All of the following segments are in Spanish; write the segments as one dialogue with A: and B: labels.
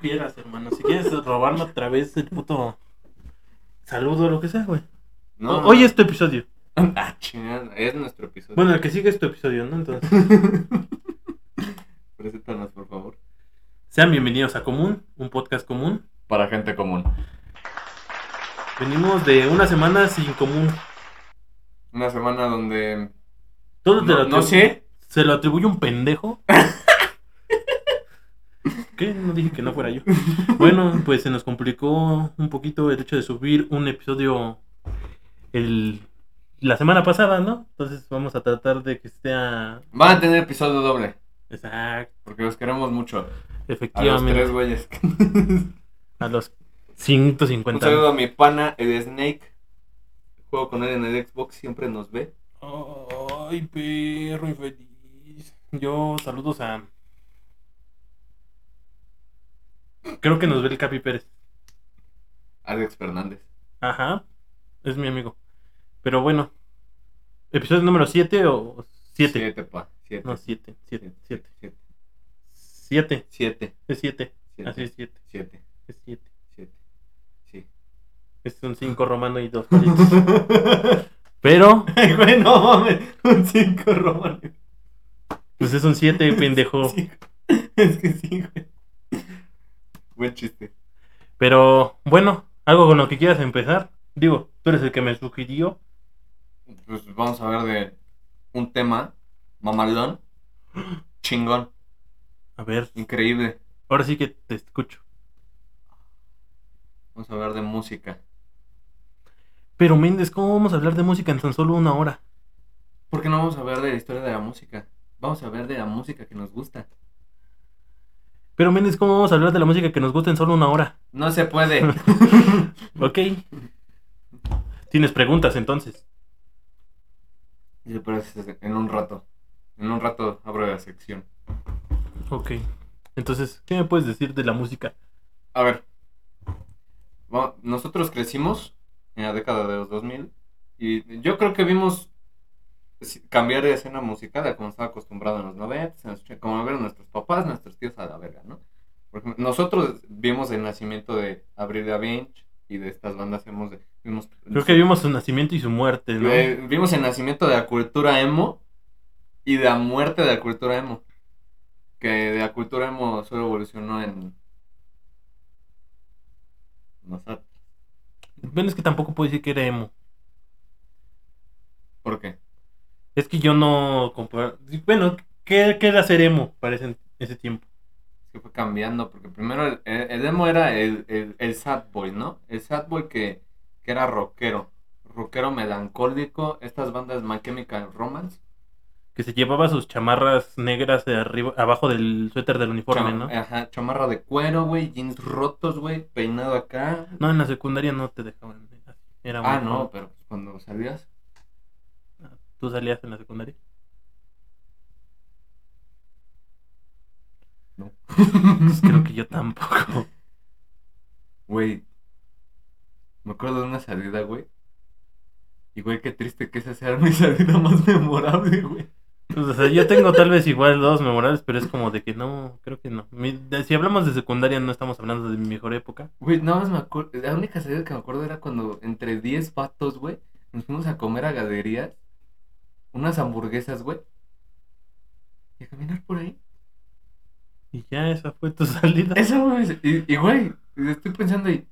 A: quieras, hermano. Si quieres robarme otra vez el puto saludo o lo que sea, güey.
B: No,
A: O- Hoy es tu episodio.
B: Ah, chingada, es nuestro episodio.
A: Bueno, el que sigue es tu episodio, ¿no? Entonces,
B: Preséntanos, por favor.
A: sean bienvenidos a Común, un podcast común.
B: Para gente común.
A: Venimos de una semana sin común.
B: Una semana donde.
A: Todo te lo
B: No, no
A: atribu-
B: sé.
A: Se lo atribuye un pendejo. ¿Qué? No dije que no fuera yo. Bueno, pues se nos complicó un poquito el hecho de subir un episodio el, la semana pasada, ¿no? Entonces vamos a tratar de que sea
B: Van a tener episodio doble.
A: exacto,
B: Porque los queremos mucho. A los
A: efectivamente,
B: tres güeyes.
A: a los
B: Un
A: 150.
B: saludo a mi pana, el Snake. Juego con él en el Xbox, siempre nos ve.
A: Ay, perro infeliz. Yo saludos a. Creo que nos ve el Capi Pérez.
B: Alex Fernández.
A: Ajá, es mi amigo. Pero bueno, episodio número 7 o 7.
B: Siete, pa. Siete.
A: No, 7, 7, 7.
B: Siete.
A: 7,
B: Siete.
A: es 7.
B: Siete.
A: Así es 7,
B: Siete.
A: es 7.
B: Siete. Sí.
A: Es un 5 romano y 2 palitos. Pero,
B: Güey, no mames. Un cinco romano.
A: pues es un 7, pendejo.
B: Sí. Es que sí, güey. Buen chiste.
A: Pero bueno, algo con lo que quieras empezar. Digo, tú eres el que me sugirió.
B: Pues vamos a ver de un tema mamalón, chingón,
A: A ver,
B: increíble.
A: ahora sí que te escucho.
B: Vamos a hablar de música.
A: Pero Méndez, ¿cómo vamos a hablar de música en tan solo una hora?
B: ¿Por qué no vamos a hablar de la historia de la música? Vamos a hablar de la música que nos gusta.
A: Pero Méndez, ¿cómo vamos a hablar de la música que nos gusta en solo una hora?
B: No se puede.
A: Ok. Tienes preguntas entonces.
B: Dice, pero es en un rato. En un rato abro la sección.
A: Ok. Entonces, ¿qué me puedes decir de la música?
B: A ver. Va- Nosotros crecimos en la década de los 2000 y yo creo que vimos si- cambiar de escena musical a como estaba acostumbrado en los 90, en los 80, como vieron nuestros papás, nuestros tíos a la verga, ¿no? Por ejemplo, nosotros vimos el nacimiento de Abril Lavigne y de estas bandas hemos vimos
A: Creo que vimos su nacimiento y su muerte, ¿no?
B: eh, vimos el nacimiento de la cultura emo y de la muerte de la cultura emo. Que de la cultura emo solo evolucionó en. Nosotros.
A: Bueno, es que tampoco puedo decir que era emo.
B: ¿Por qué?
A: Es que yo no... compa- Bueno, ¿qué, qué era ser emo para ese, ese tiempo?
B: Es que fue cambiando. Porque primero el, el- el emo era el, el, el sad boy, ¿no? El sad boy que, que era rockero. Rockero melancólico. Estas bandas My Chemical Romance.
A: Que se llevaba sus chamarras negras de arriba, abajo del suéter del uniforme,
B: Cham-
A: ¿no?
B: Ajá, chamarra de cuero, güey. Jeans rotos, güey. Peinado acá.
A: No, en la secundaria no te dejaban. eh, Era
B: ah,
A: muy-
B: no, pero cuando salías.
A: ¿Tú salías en la secundaria?
B: No.
A: Pues creo que yo tampoco.
B: Güey, me acuerdo de una salida, güey. Y güey, qué triste que esa sea mi salida más memorable, güey.
A: Pues, o sea, yo tengo tal vez igual dos memorables, pero es como de que no, creo que no. Mi- de- si hablamos de secundaria, no estamos hablando de mi mejor época.
B: Güey, nada más me acuerdo. La única salida que me acuerdo era cuando entre 10 patos, güey, nos fuimos a comer a galerías, unas hamburguesas, güey, y a caminar por ahí.
A: Y ya, esa fue tu salida.
B: Esa, güey, es- y, y güey, estoy pensando, y.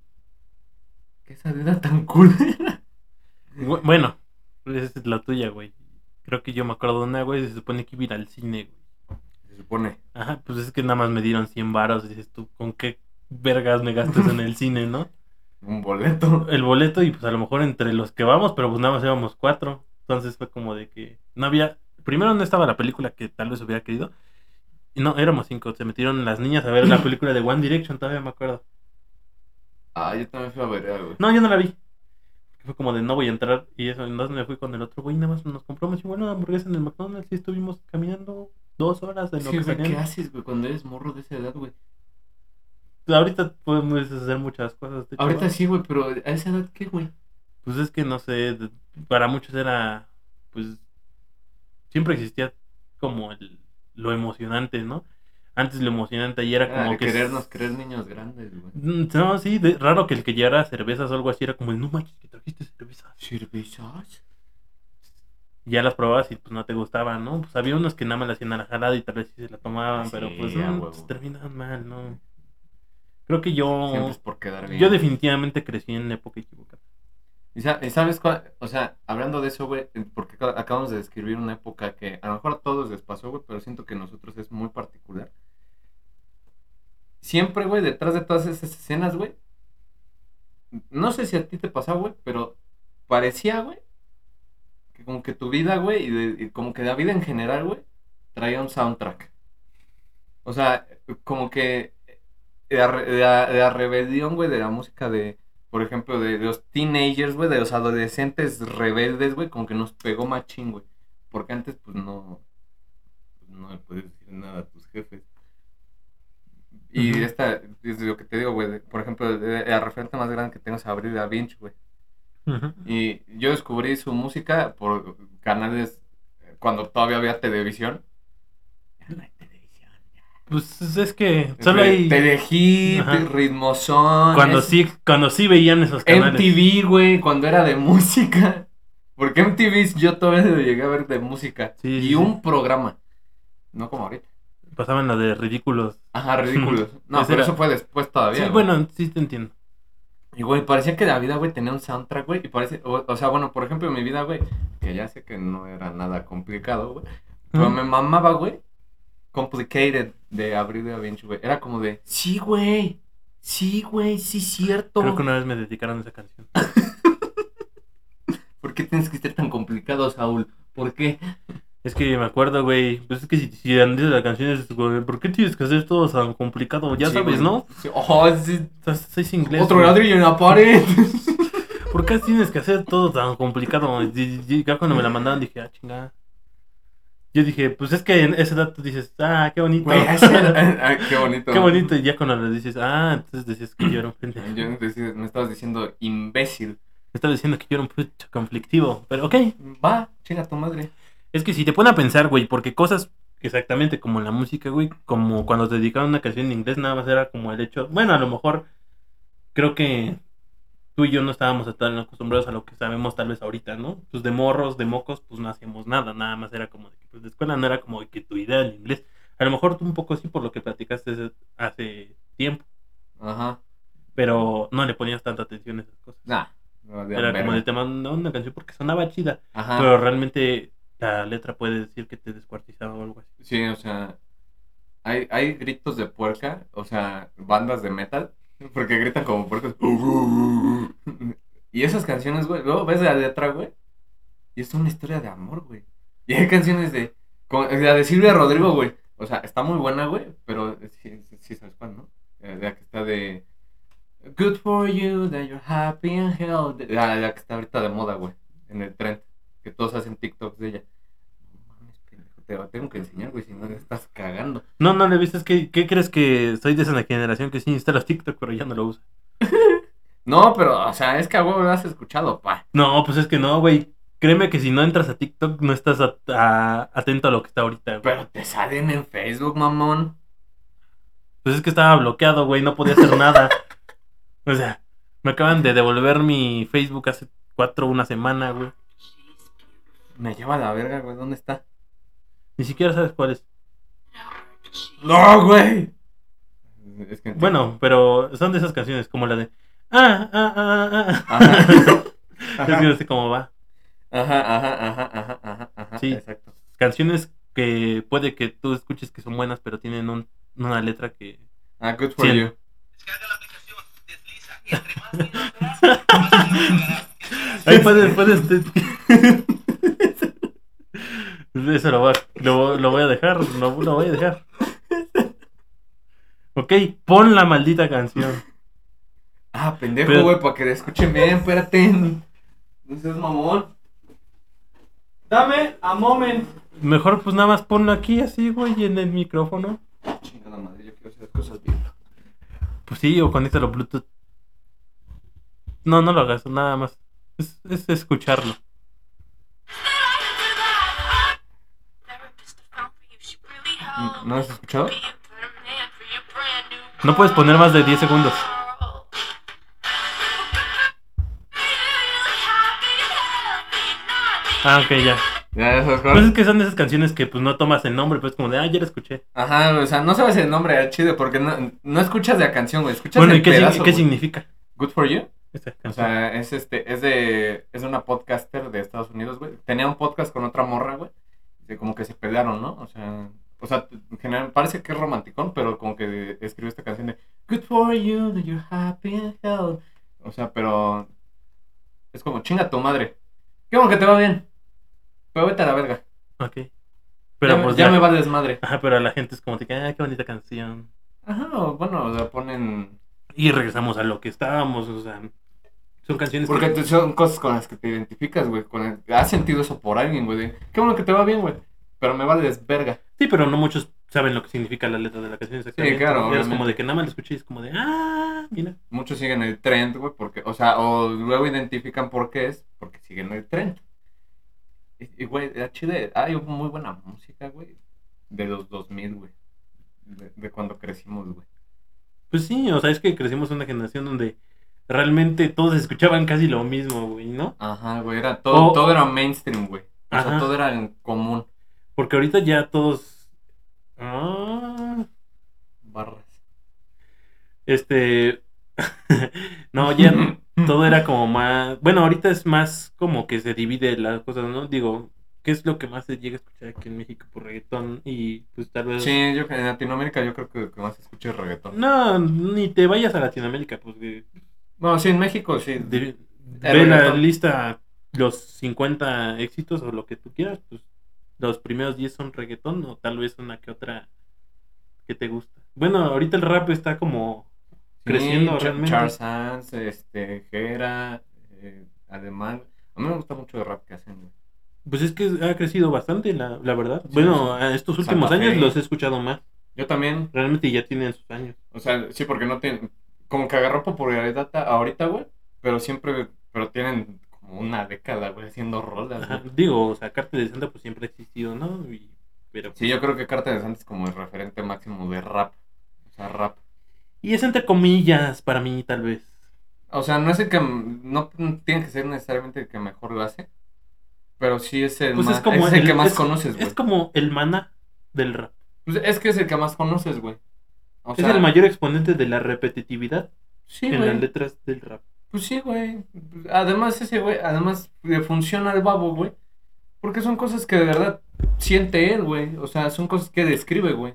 B: ¿Qué salida tan cool era?
A: Bu- Bueno, esa es la tuya, güey. Creo que yo me acuerdo de una, güey, se supone que iba a ir al cine, güey.
B: Se supone.
A: Ajá, pues es que nada más me dieron 100 varos. Dices tú, ¿con qué vergas me gastas en el cine, no?
B: Un boleto.
A: El boleto y pues a lo mejor entre los que vamos, pero pues nada más íbamos cuatro. Entonces fue como de que no había... Primero no estaba la película que tal vez hubiera querido. Y no, éramos cinco. Se metieron las niñas a ver la película de One Direction, todavía me acuerdo.
B: Ah, yo también fui a ver, güey.
A: No, yo no la vi. Fue como de no voy a entrar y eso. Entonces me fui con el otro güey, nada más nos compramos igual una hamburguesa en el McDonald's y estuvimos caminando dos horas de lo
B: Sí,
A: que
B: güey, ¿qué
A: salían.
B: haces, güey, cuando eres morro de esa edad, güey?
A: Ahorita podemos hacer muchas cosas. de hecho,
B: Ahorita
A: ¿no?
B: sí, güey, pero ¿a esa edad qué, güey?
A: Pues es que no sé, de- para muchos era, pues, siempre existía como el, lo emocionante, ¿no? A Antes lo emocionante y era
B: Era
A: como
B: de
A: que...
B: Ah, querernos creer niños grandes, güey.
A: Mm, No, sí, de- raro que el que llevara cervezas o algo así era como, no manches, que trajiste cervezas.
B: ¿Cervezas?
A: Y Ya las probabas y pues no te gustaban, ¿no? Pues había unos que nada más la hacían a la jalada y tal vez sí se la tomaban,
B: Sí,
A: pero pues,
B: a
A: mm,
B: huevo.
A: pues, terminaban mal, ¿no? Creo que
B: Siempre
A: yo...
B: es por quedar bien.
A: Yo definitivamente crecí en la época equivocada.
B: Y sa- y sabes cuál, o sea, hablando de eso, güey, eh, porque ca- acabamos de describir una época que a lo mejor a todos les pasó, güey, pero siento que a nosotros es muy particular. Siempre, güey, detrás de todas esas escenas, güey, no sé si a ti te pasaba, güey, pero parecía, güey, que como que tu vida, güey, y, de- y como que la vida en general, güey, traía un soundtrack. O sea, como que eh, la, re- la- la rebelión, güey, de la música de por ejemplo, de, de los teenagers, güey, de los adolescentes rebeldes, güey, como que nos pegó machín, güey. Porque antes, pues no. pues, No le puedes decir nada a tus jefes. Y
A: Ujú.
B: esta es lo que te digo, güey. de- Por ejemplo, de- de- la referente más grande que tengo es Abril Lavigne, güey.
A: Ujú.
B: Y yo descubrí su música por canales eh, cuando todavía había televisión. Ya no hay televisión.
A: Pues es- es que solo hay...
B: Telehit,
A: Ajá.
B: Ritmozón.
A: Cuando
B: es-
A: sí, cuando sí veían esos canales.
B: MTV, güey, cuando era de música. Porque MTV yo todavía lo llegué a ver de música.
A: Sí,
B: y
A: sí, sí.
B: un programa. No como ahorita.
A: Pasaban la de ridículos.
B: Ajá, ridículos. No,
A: Ese era-
B: pero eso fue después todavía.
A: sí,
B: güey.
A: bueno, sí te entiendo.
B: Y, güey, parecía que la vida, güey, tenía un soundtrack, güey. Y parece, o, o sea, bueno, por ejemplo, mi vida, güey, que ya sé que no era nada complicado, güey. Pero
A: Ujú.
B: me mamaba, güey. Complicated de Abril Lavigne, güey. Era como de, sí, güey. Sí, güey, sí, cierto.
A: Creo que una vez me dedicaron a esa canción.
B: ¿Por qué tienes que ser tan complicado, Saúl? ¿Por qué?
A: Es que me acuerdo, güey. Pues es que si, si analizas la canción es, güey, ¿por qué tienes que hacer todo tan complicado? Ya
B: Sí,
A: sabes,
B: güey.
A: ¿no?
B: Sí. oh, Ajá, sí.
A: Estás, estás inglés.
B: Otro
A: güey.
B: ladrillo en la pared.
A: ¿Por qué tienes que hacer todo tan complicado? Y- y- y Ya cuando me la mandaron dije, ah, chingada. Yo dije, pues es que en ese dato dices, ah, qué bonito.
B: Güey, ese- ah, qué bonito.
A: qué bonito. Y ya cuando le dices, ah, entonces decías que yo era un pendejo.
B: Yo no te decía- me estabas diciendo imbécil.
A: Me Estaba diciendo que yo era un puto conflictivo. Pero ok,
B: Va, chinga tu madre.
A: Es que si te pone a pensar, güey, porque cosas exactamente como la música, güey, como cuando te dedicaban una canción en inglés, nada más era como el hecho. Bueno, a lo mejor creo que tú y yo no estábamos tan acostumbrados a lo que sabemos tal vez ahorita, ¿no? Pues de morros, de mocos, pues no hacíamos nada, nada más era como de que pues, de escuela no era como de que tu idea del inglés. A lo mejor tú un poco sí por lo que platicaste hace- hace tiempo,
B: Ajá.
A: pero no le ponías tanta atención a esas cosas.
B: Nah. no, de
A: Era
B: verga.
A: como de te mandaban una canción porque sonaba chida.
B: Ajá.
A: Pero realmente la letra puede decir que te descuartizaba o algo así.
B: Sí, o sea. Hay, hay gritos de puerca, o sea, bandas de metal, porque gritan como puercos. Y esas canciones, güey, luego ves la letra, güey, y es una historia de amor, güey. Y hay canciones de. como la de Silvia Rodrigo, güey. O sea, está muy buena, güey, pero sí, sí- sí sabes cuál, ¿no? Eh, La que está de. Good for you, that you're happy and healthy. La, la que está ahorita de moda, güey, en el tren, que todos hacen TikToks de ella. No mames, pendejo, te la tengo que enseñar, güey, si no la estás cagando.
A: No, no le viste, es que, ¿qué crees que soy de esa generación que sí instala los TikTok, pero ya no lo usa?
B: No, pero, o sea, es que a huevo lo has escuchado, pa.
A: No, pues es que no, güey. Créeme que si no entras a TikTok, no estás at- a- atento a lo que está ahorita, güey.
B: Pero te salen en Facebook, mamón.
A: Pues es que estaba bloqueado, güey, no podía hacer nada. O sea, me acaban de devolver mi Facebook hace cuatro, una semana, güey.
B: Me lleva a la verga, güey, ¿dónde está?
A: Ni siquiera sabes cuál es.
B: ¡No, güey! Es que
A: Bueno, pero son de esas canciones, como la de... Ah, ah, ah, ah,
B: Ajá.
A: ah. Es que
B: Ajá,
A: no sé cómo va.
B: ajá, ajá, ajá, ajá, ajá, ajá,
A: Sí.
B: exacto.
A: canciones que puede que tú escuches que son buenas, pero tienen un- una letra que...
B: Ah, good for
A: Sí.
B: you.
A: Ahí puedes... puedes Eso lo, va- lo, lo voy a dejar, lo, lo voy a dejar. Ok, pon la maldita canción.
B: Ah, pendejo,
A: Pero-
B: güey, para que la escuchen bien, espérate. No seas mamón. Dame a moment.
A: Mejor pues nada más ponlo aquí así, güey, en el micrófono.
B: Chingada madre, yo quiero hacer cosas bien.
A: Pues sí, o conéctalo Bluetooth. No, no lo hagas, nada más. Es, es escucharlo.
B: ¿No has escuchado?
A: No puedes poner más de 10 segundos. Ah, ok, ya.
B: Ya, ya sabes cuál.
A: Pues es que son de esas canciones que pues no tomas el nombre, pues como de, ah, ya la escuché.
B: Ajá, o sea, no sabes el nombre al chido porque no, no escuchas la canción, güey. Escuchas
A: Bueno,
B: el
A: ¿y qué,
B: pedazo,
A: sig- qué
B: güey.
A: significa
B: Good for you.
A: esta
B: O
A: canción?
B: sea, es este, es de, es de una podcaster de Estados Unidos, güey. Tenía un podcast con otra morra, güey. que como que se pelearon, ¿no? O sea, o sea, en general, parece que es romanticón, pero como que escribió esta canción de Good for you, that you're happy and healthy. O sea, pero es como chinga tu madre. Qué bueno que te va bien. Pero vete a la verga.
A: ok. Pero
B: ya,
A: pues
B: ya
A: ya.
B: me vale desmadre.
A: Ajá, pero a la gente es como de que, ah, qué bonita canción.
B: Ajá, o bueno, o sea, ponen
A: Y regresamos a lo que estábamos, o sea, son canciones
B: Porque
A: que...
B: te- son cosas con las que te identificas, güey. Con el- Has sentido eso por alguien, güey. de, Qué bueno que te va bien, güey. Pero me vale desverga.
A: Sí, pero no muchos saben lo que significa la letra de la canción exactamente. Y
B: claro,
A: Es como
B: obviamente.
A: de que nada más la escuché y es como de, ah, mira.
B: Muchos siguen el trend, güey. Porque, o sea, o luego identifican por qué es. Porque siguen el trend. Y, y, güey, la chile, hay muy buena música, güey. De los 2000, güey. De, de cuando crecimos, güey.
A: Pues sí, o sea, es que crecimos en una generación donde realmente todos escuchaban casi lo mismo, güey, ¿no?
B: Ajá, güey. Era todo,
A: O-
B: todo era mainstream, güey. O sea,
A: Ajá.
B: todo era en común.
A: Porque ahorita ya todos... Ah,
B: Barras.
A: este... no, ya todo era como más... Bueno, ahorita es más como que se divide las cosas, ¿no? Digo, ¿qué es lo que más se llega a escuchar aquí en México por reggaetón? Y pues tal vez...
B: Sí, yo, en Latinoamérica yo creo que lo que más escucho es reggaetón.
A: No, ni te vayas a Latinoamérica, pues de-
B: No, sí, en México sí.
A: de-
B: Mm. El
A: ve la
B: reggaetón.
A: lista, los 50 éxitos o lo que tú quieras, pues los primeros 10 son reggaetón o tal vez una que otra que te gusta. Bueno, ahorita el rap está como... creciendo
B: Cha-
A: realmente.
B: Charles Sanz, este, Jera, eh, Alemán. A mí me gusta mucho el rap que hacen. güey.
A: Pues es que ha crecido bastante, la, la verdad.
B: Sí,
A: bueno,
B: sí.
A: a estos
B: Santa
A: últimos años
B: Fe.
A: los he escuchado más.
B: Yo también,
A: Realmente ya tienen sus años.
B: o sea, sí, porque no tienen. Como que agarró popularidad a- ahorita, güey. Pero siempre, pero tienen como una década, güey, haciendo rolas,
A: Ajá.
B: güey.
A: Digo, o sea, Cartel de Santa pues siempre ha existido, ¿no? Y- pero
B: Sí, yo creo que Carta de Santos es como el referente máximo de rap. O sea, rap.
A: Y es entre comillas para mí, tal vez.
B: O sea, no es el que. m- No tiene que ser necesariamente el que mejor lo hace. Pero sí es el,
A: Pues
B: más,
A: es como
B: es el, que más
A: es-
B: conoces, güey.
A: Es como el maná del rap.
B: Pues es que es el que más conoces, güey. O
A: es el mayor exponente de la repetitividad
B: Sí,
A: en
B: güey.
A: las letras del rap.
B: Pues sí, güey. Además, ese güey, además le funciona al babo, güey. Porque son cosas que de verdad siente él, güey. O sea, son cosas que describe, güey.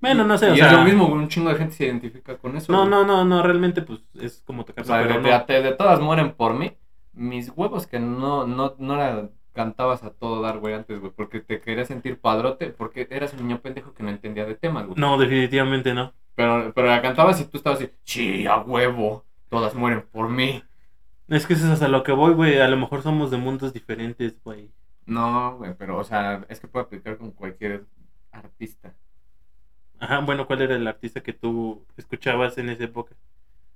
A: Bueno, no sé,
B: Y
A: o
B: es
A: sea,
B: lo mismo, güey. Un chingo de gente se identifica con eso.
A: No,
B: güey.
A: no, no, no, realmente pues es como
B: O
A: tocar
B: sea, de,
A: pero no.
B: de- de- de todas mueren por mí. Mis huevos que no, no, no la cantabas a todo dar, güey, antes, güey. Porque te querías sentir padrote. Porque eras un niño pendejo que no entendía de temas, güey.
A: No, definitivamente no.
B: Pero, pero la cantabas y tú estabas así, sí, a huevo. Todas mueren por mí.
A: Es que eso es hasta lo que voy, güey. A lo mejor somos de mundos diferentes, güey.
B: No, güey, pero, o sea, es que puede aplicar con cualquier artista.
A: Ajá, bueno, ¿cuál era el artista que tú escuchabas en esa época?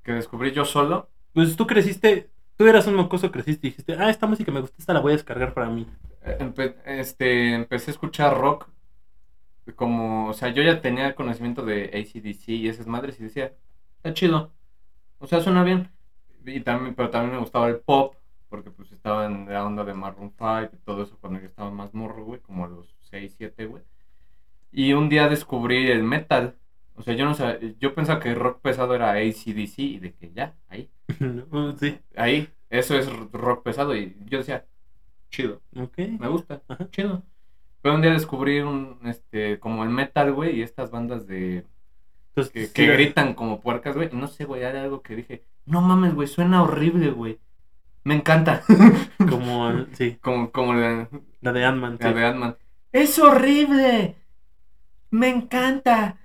B: Que descubrí yo solo.
A: Pues tú creciste, tú eras un mocoso, creciste y dijiste, ah, esta música me gusta, esta la voy a descargar para mí.
B: eh, empe- este, empecé a escuchar rock. Como, o sea, yo ya tenía conocimiento de ACDC y esas madres y decía, está chido. O sea, suena bien. Y también, pero también me gustaba el pop, porque pues estaba en la onda de Maroon 5 y todo eso cuando yo estaba más morro, güey, como a los 6, 7, güey. Y un día descubrí el metal. O sea, yo no sabía, yo pensaba que rock pesado era ACDC y de que ya, ahí.
A: Uh, sí,
B: Ahí, eso es r- rock pesado. Y yo decía, chido,
A: ok.
B: me gusta,
A: Ajá.
B: chido. Pero un día descubrí un, este, como el metal, güey, y estas bandas de
A: Entonces,
B: que,
A: sí,
B: que
A: era-
B: gritan como puercas, güey. y No sé, güey, era algo que dije, no mames, güey, suena horrible, güey. Me encanta.
A: Como, el- sí,
B: como, como la,
A: la de Ant-Man.
B: la
A: sí.
B: de Ant-Man. ¡Es horrible! ¡Me encanta!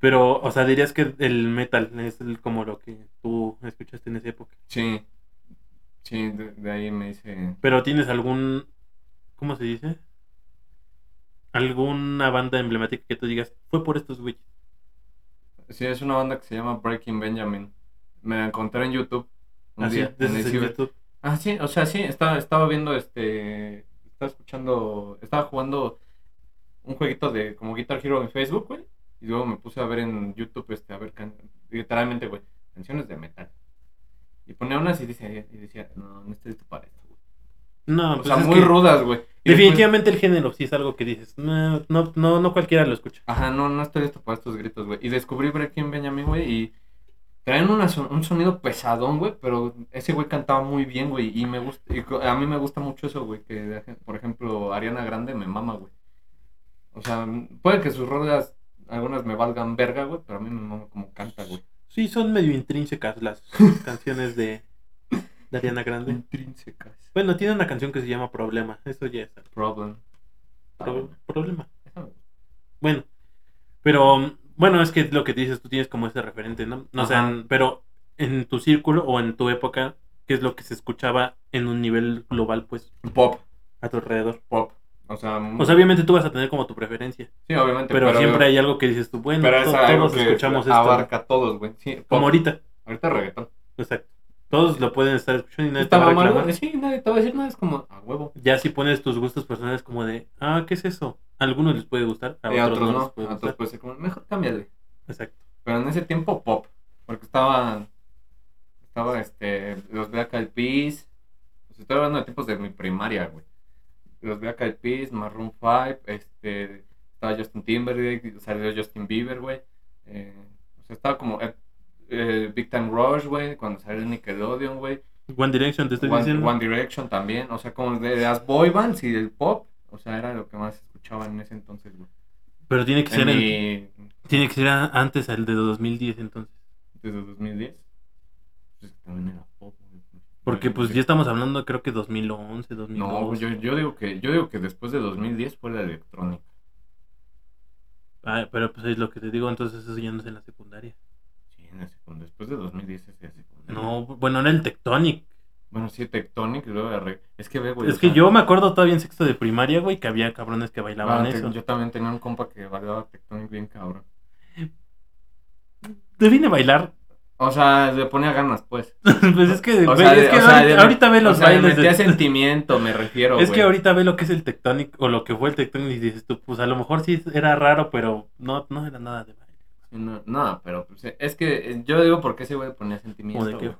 A: Pero, o sea, dirías que el metal es el- como lo que tú escuchaste en esa época.
B: Sí. Sí, de, de ahí me hice.
A: Pero tienes algún, ¿cómo se dice? ¿Alguna banda emblemática que tú digas, fue por estos güeyes?
B: Sí, es una banda que se llama Breaking Benjamin. Me la encontré en YouTube un
A: Así,
B: día. en
A: desde
B: el
A: ese
B: ciber.
A: YouTube.
B: Ah, sí, o sea, sí, estaba, estaba viendo este. Estaba escuchando. Estaba jugando un jueguito de como Guitar Hero en Facebook, güey. Y luego me puse a ver en YouTube, este, a ver, can- literalmente, güey, canciones de metal. Y ponía unas y decía, y decía no, no estoy listo para esto, güey.
A: No,
B: o
A: pues
B: sea,
A: es
B: muy
A: que
B: rudas, güey. Y después-
A: Definitivamente el género sí es algo que dices. No, no, no, no cualquiera lo escucha.
B: Ajá, no, no estoy listo para estos gritos, güey. Y descubrí Breaking Benjamin, güey, y traen una son- un sonido pesadón, güey, pero ese güey cantaba muy bien, güey, y me gusta, y co- a mí me gusta mucho eso, güey, que, de- por ejemplo, Ariana Grande me mama, güey. O sea, puede que sus rolas, algunas me valgan verga, güey, pero a mí me mama como canta, güey.
A: Sí, son medio intrínsecas las canciones de, de Ariana Grande.
B: Intrínsecas.
A: Bueno, tiene una canción que se llama Problema. Eso ya es algo.
B: Problem.
A: Pro- problema.
B: Esa me gusta.
A: Bueno, pero mm, bueno, es que lo que dices, tú tienes como ese referente, ¿no? No sé,
B: Ajá.
A: en- pero en tu círculo o en tu época, ¿qué es lo que se escuchaba en un nivel global, pues,
B: Pop,
A: a tu alrededor?
B: pop. O sea, mm,
A: O sea, obviamente tú vas a tener como tu preferencia,
B: sí, obviamente.
A: pero, siempre hay algo que dices tú, bueno,
B: pero es
A: to-
B: algo
A: todos
B: que
A: escuchamos esto.
B: abarca a todos, güey. Sí, pop.
A: Como ahorita,
B: Ahorita reggaetón.
A: exacto. Todos lo pueden estar escuchando y nadie te va a
B: Estaba mal,
A: reclamar.
B: güey. Sí, nadie te va a decir nada, es como a huevo.
A: Ya si pones tus gustos personales como de, ah, ¿qué es eso? A algunos les puede gustar, a
B: Y
A: otros,
B: a otros
A: no les
B: no,
A: puede
B: a
A: gustar.
B: otros puede ser como, mejor cámbiale.
A: Exacto.
B: Pero en ese tiempo pop, porque estaba, estaba este, los Black Eyed Peas, pues, estoy hablando de tiempos de mi primaria, güey. Los Black Eyed Peas, Maroon 5, este, estaba Justin Timberlake, salió Justin Bieber, güey. Eh, o sea, estaba como eh, eh, Big Time Rush, güey, cuando salió Nickelodeon, güey.
A: One Direction, te estoy
B: One,
A: diciendo.
B: One Direction también, o sea, como de las boy bands y del pop, o sea, era lo que más escuchaba en ese entonces, güey.
A: Pero tiene que
B: En
A: ser en-
B: mi-
A: Tiene que ser a- antes al de 2010 entonces.
B: Desde 2010. Pues que también era pop, güey.
A: Porque
B: Yo-
A: pues ya estamos hablando creo que 2011, 2012.
B: Mm, No, pues, yo, yo digo que, yo digo que después de 2010 fue la electrónica.
A: Ah, pero pues es lo que te digo, entonces eso ya no es en la secundaria.
B: Sí, en la secundaria. Después de 2010 es la secundaria.
A: No, bueno, era el Tectonic.
B: Bueno, sí, Tectonic y luego la re- Es que ve, güey.
A: es
B: o
A: que
B: sea,
A: yo me acuerdo todavía en sexto de primaria, güey, que había cabrones que
B: ah,
A: bailaban
B: te-
A: eso.
B: Yo también tenía un compa que bailaba Tectonic bien cabrón.
A: Define bailar.
B: O sea, le ponía ganas, pues.
A: pues es que,
B: O
A: güey,
B: sea,
A: es
B: de-
A: que
B: o sea,
A: ahorita,
B: de-
A: ahorita ve los
B: o sea, le
A: bailes. de-
B: metía sentimiento, me refiero.
A: es que
B: güey.
A: ahorita ve lo que es el Tectonic o lo que fue el Tectonic y dices tú, pues a lo mejor sí era raro, pero no, no era nada de baile.
B: No, no, pero pues, es que eh, yo digo porque ese güey ponía
A: Como
B: sentimiento.
A: de que,
B: güey.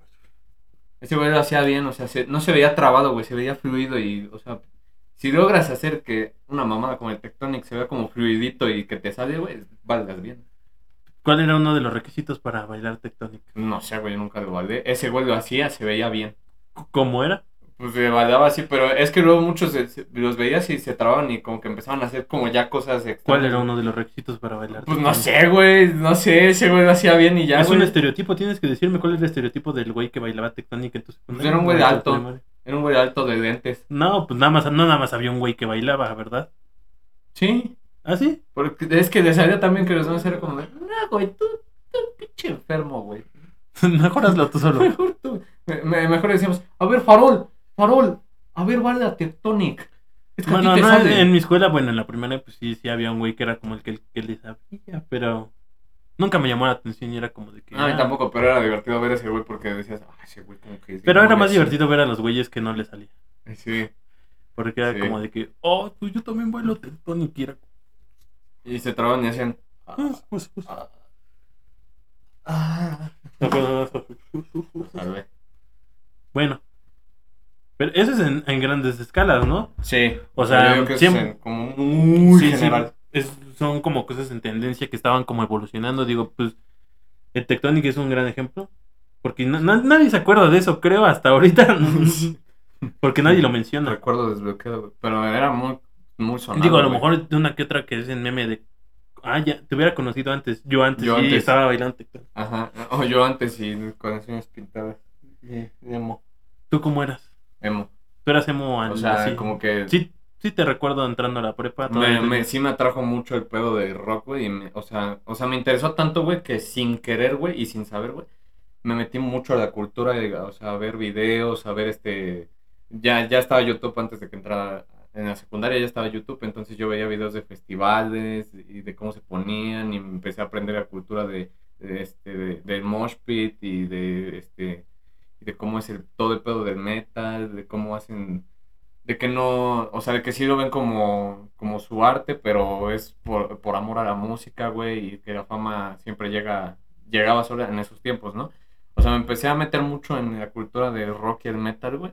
B: Ese güey lo hacía bien, o sea, se- no se veía trabado, güey, se veía fluido y, o sea, si logras hacer que una mamada como el Tectonic se vea como fluidito y que te sale, güey, valgas bien.
A: ¿Cuál era uno de los requisitos para bailar Tectonic?
B: No sé, güey, nunca lo valé. Ese güey lo hacía, se veía bien.
A: ¿Cómo era?
B: Pues se bailaba así, pero es que luego muchos se- se- los veías y se trababan y como que empezaban a hacer como ya cosas extrañas.
A: ¿Cuál era uno de los requisitos para bailar?
B: Pues no
A: tectónica?
B: sé, güey, no sé, ese güey lo hacía bien y ya,
A: es
B: güey.
A: un estereotipo, tienes que decirme cuál es el estereotipo del güey que bailaba tectónica en tu secundaria.
B: Pues era un güey
A: No, en tu
B: alto.
A: primaria.
B: Era un güey alto de lentes.
A: No, pues nada más, no nada más había un güey que bailaba, ¿verdad?
B: Sí,
A: ¿Ah, sí?
B: Porque es que le salía también que los demás era como, de, no, güey, tú, tú, pinche enfermo, güey.
A: Mejor hazlo tú solo.
B: Mejor tú. me- me- mejor decíamos, a ver, farol, farol, a ver, baila Tectonic. Es que a
A: Bueno,
B: ti te
A: no, en,
B: sale.
A: en mi escuela, bueno, en la primera, pues sí, sí había un güey que era como el que, que le sabía, pero nunca me llamó la atención y era como de que...
B: No, a mí
A: ah.
B: tampoco, pero era divertido ver a ese güey porque decías, ah, ese güey como que... es
A: Pero
B: bien
A: era más
B: molesta".
A: divertido ver a los güeyes que no le salía.
B: Sí.
A: Porque era
B: Sí.
A: como de que, oh, pues yo también bailo tectónica. y era como,
B: Y se traban y hacían... "Ah,
A: "Ah, pues, pues".
B: ah, ah".
A: Me acuerdo de eso.
B: Tal vez.
A: Bueno. Pero eso es en, en grandes escalas, ¿no?
B: Sí.
A: O sea,
B: yo digo que es
A: siempre-
B: en- como muy
A: Sí, sí,
B: general.
A: es- son como cosas en tendencia que estaban como evolucionando. Digo, pues el Tectonic es un gran ejemplo. Porque na- na- nadie se acuerda de eso, creo, hasta ahorita. porque nadie lo menciona.
B: Recuerdo desbloqueado, güey, pero era muy, muy sonado.
A: Digo, a lo
B: güey.
A: mejor de una que otra que es en meme de... Ah, ya, te hubiera conocido antes. Yo antes
B: Yo
A: sí
B: antes.
A: estaba bailando Tectonic.
B: Ajá, o yo antes y con las uñas pintadas. Y Emo.
A: ¿Tú cómo eras?
B: Emo.
A: Tú eras emo al-
B: O sea,
A: así.
B: como que
A: Sí, sí te recuerdo entrando a la prepa.
B: me,
A: todavía
B: me-
A: tenía-
B: sí me atrajo mucho el pedo de rock, güey. y me- O sea, o sea, me interesó tanto, güey, que sin querer, güey, y sin saber, güey, me metí mucho a la cultura, de- o sea, a ver videos, a ver este... Ya, ya estaba YouTube antes de que entrara en la secundaria, ya estaba YouTube, entonces yo veía videos de festivales y de cómo se ponían y empecé a aprender la cultura de, de este, de- del mosh pit y de este... y de cómo es el, todo el pedo del metal, de cómo hacen de que no, o sea, de que sí lo ven como, como su arte, pero es por, por amor a la música, güey, y que la fama siempre llega, llegaba sola en esos tiempos, ¿no? O sea, me empecé a meter mucho en la cultura del rock y el metal, güey.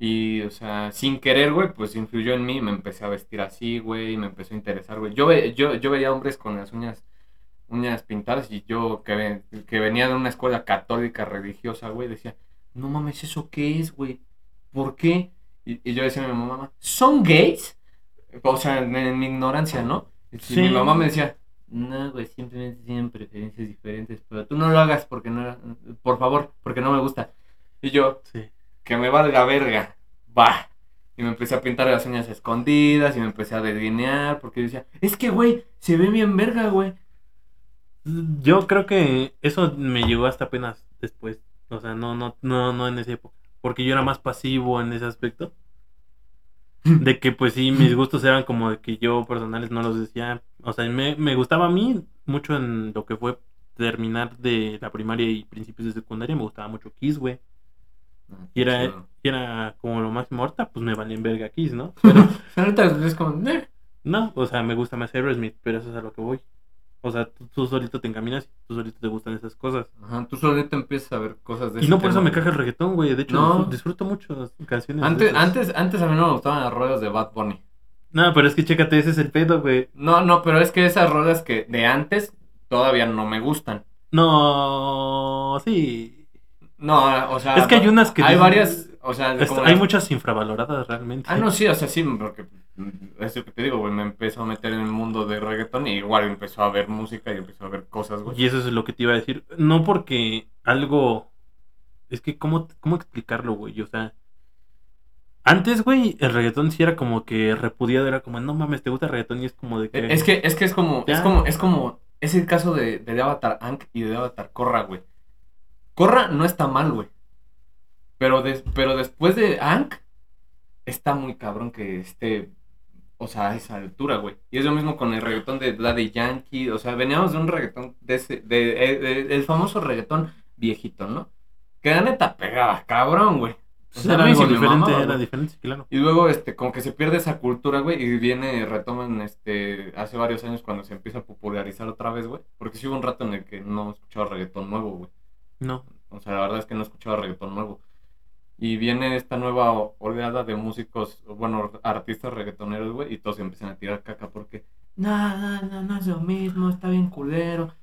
B: Y, o sea, sin querer, güey, pues influyó en mí, me empecé a vestir así, güey, me empezó a interesar, güey. Yo, ve- yo, yo veía hombres con las uñas, uñas pintadas y yo que, ve- que venía de una escuela católica religiosa, güey, decía, no mames, ¿eso qué es, güey? ¿Por qué? Y, y yo decía a mi mamá, ¿son gays? O sea, en, en mi ignorancia, ¿no? Y
A: Sí.
B: mi mamá me decía, no, güey, simplemente tienen preferencias diferentes, pero tú no lo hagas porque no, por favor, porque no me gusta. Y yo,
A: Sí.
B: que me valga verga, va. Y me empecé a pintar las uñas escondidas y me empecé a delinear porque yo decía, es que, güey, se ve bien verga, güey.
A: Yo creo que eso me llegó hasta apenas después. O sea, no, no, no, no en esa época. Porque yo era más pasivo en ese aspecto. De que pues sí, mis gustos eran como de que yo personales no los decía. O sea, me, me gustaba a mí mucho en lo que fue terminar de la primaria y principios de secundaria. Me gustaba mucho Kiss, güey. Y era, y era como lo máximo ahorita, pues me valen verga Kiss, ¿no? Pero
B: Ahorita es como, "Eh". "Neh". no.
A: no, o sea, me gusta más Aerosmith, pero eso es a lo que voy. O sea, tú, tú solito te encaminas, tú solito te gustan esas cosas.
B: Ajá, tú solito empiezas a ver cosas de
A: Y
B: ese
A: no por eso
B: tema,
A: me
B: güey.
A: caga el reggaetón, güey. De hecho,
B: No.
A: disfr- disfruto mucho las canciones. de
B: Antes,
A: esas.
B: antes, antes a mí no me gustaban las ruedas de Bad Bunny.
A: No, pero es que chécate, ese es el pedo, güey.
B: No, no, pero es que esas ruedas que de antes todavía no me gustan.
A: No, sí.
B: No, o sea.
A: es que hay unas que.
B: Hay
A: dicen-
B: varias. O sea,
A: es-
B: como
A: Este, hay
B: las-
A: muchas infravaloradas realmente.
B: Ah, no, sí, o sea, sí, porque mm, es lo que te digo, güey, me empezó a meter en el mundo de reggaetón y igual empezó a ver música y empezó a ver cosas, güey.
A: Y eso es lo que te iba a decir. No porque algo. Es que, ¿cómo, cómo explicarlo, güey? O sea. Antes, güey, el reggaetón sí era como que repudiado. Era como, no mames, te gusta el reggaetón y es como de
B: Eh,
A: que.
B: Es que, es que es como, es
A: Ya.
B: como, es como, es el caso de, de Avatar Ank y de Avatar Corra, güey. Corra no está mal, güey. Pero, des- pero después de Ank, está muy cabrón que esté, o sea, a esa altura, güey. Y es lo mismo con el reggaetón de Daddy Yankee, o sea, veníamos de un reggaetón, de ese, de, eh, de- el famoso reggaetón viejito, ¿no? Que la neta pegaba, cabrón, güey. O
A: pues,
B: sea,
A: era
B: a mí
A: algo
B: sí me
A: diferente,
B: mamaba,
A: era
B: güey.
A: diferente, claro.
B: Y luego, este, como que se pierde esa cultura, güey, y viene, retoman, este, hace varios años cuando se empieza a popularizar otra vez, güey. Porque sí hubo un rato en el que no escuchaba reggaetón nuevo, güey.
A: No.
B: O sea, la verdad es que no escuchaba reggaetón nuevo. Y viene esta nueva o- oleada de músicos, o bueno, artistas reggaetoneros, güey, y todos se empiezan a tirar caca porque, no, no, no, no es lo mismo, está bien culero.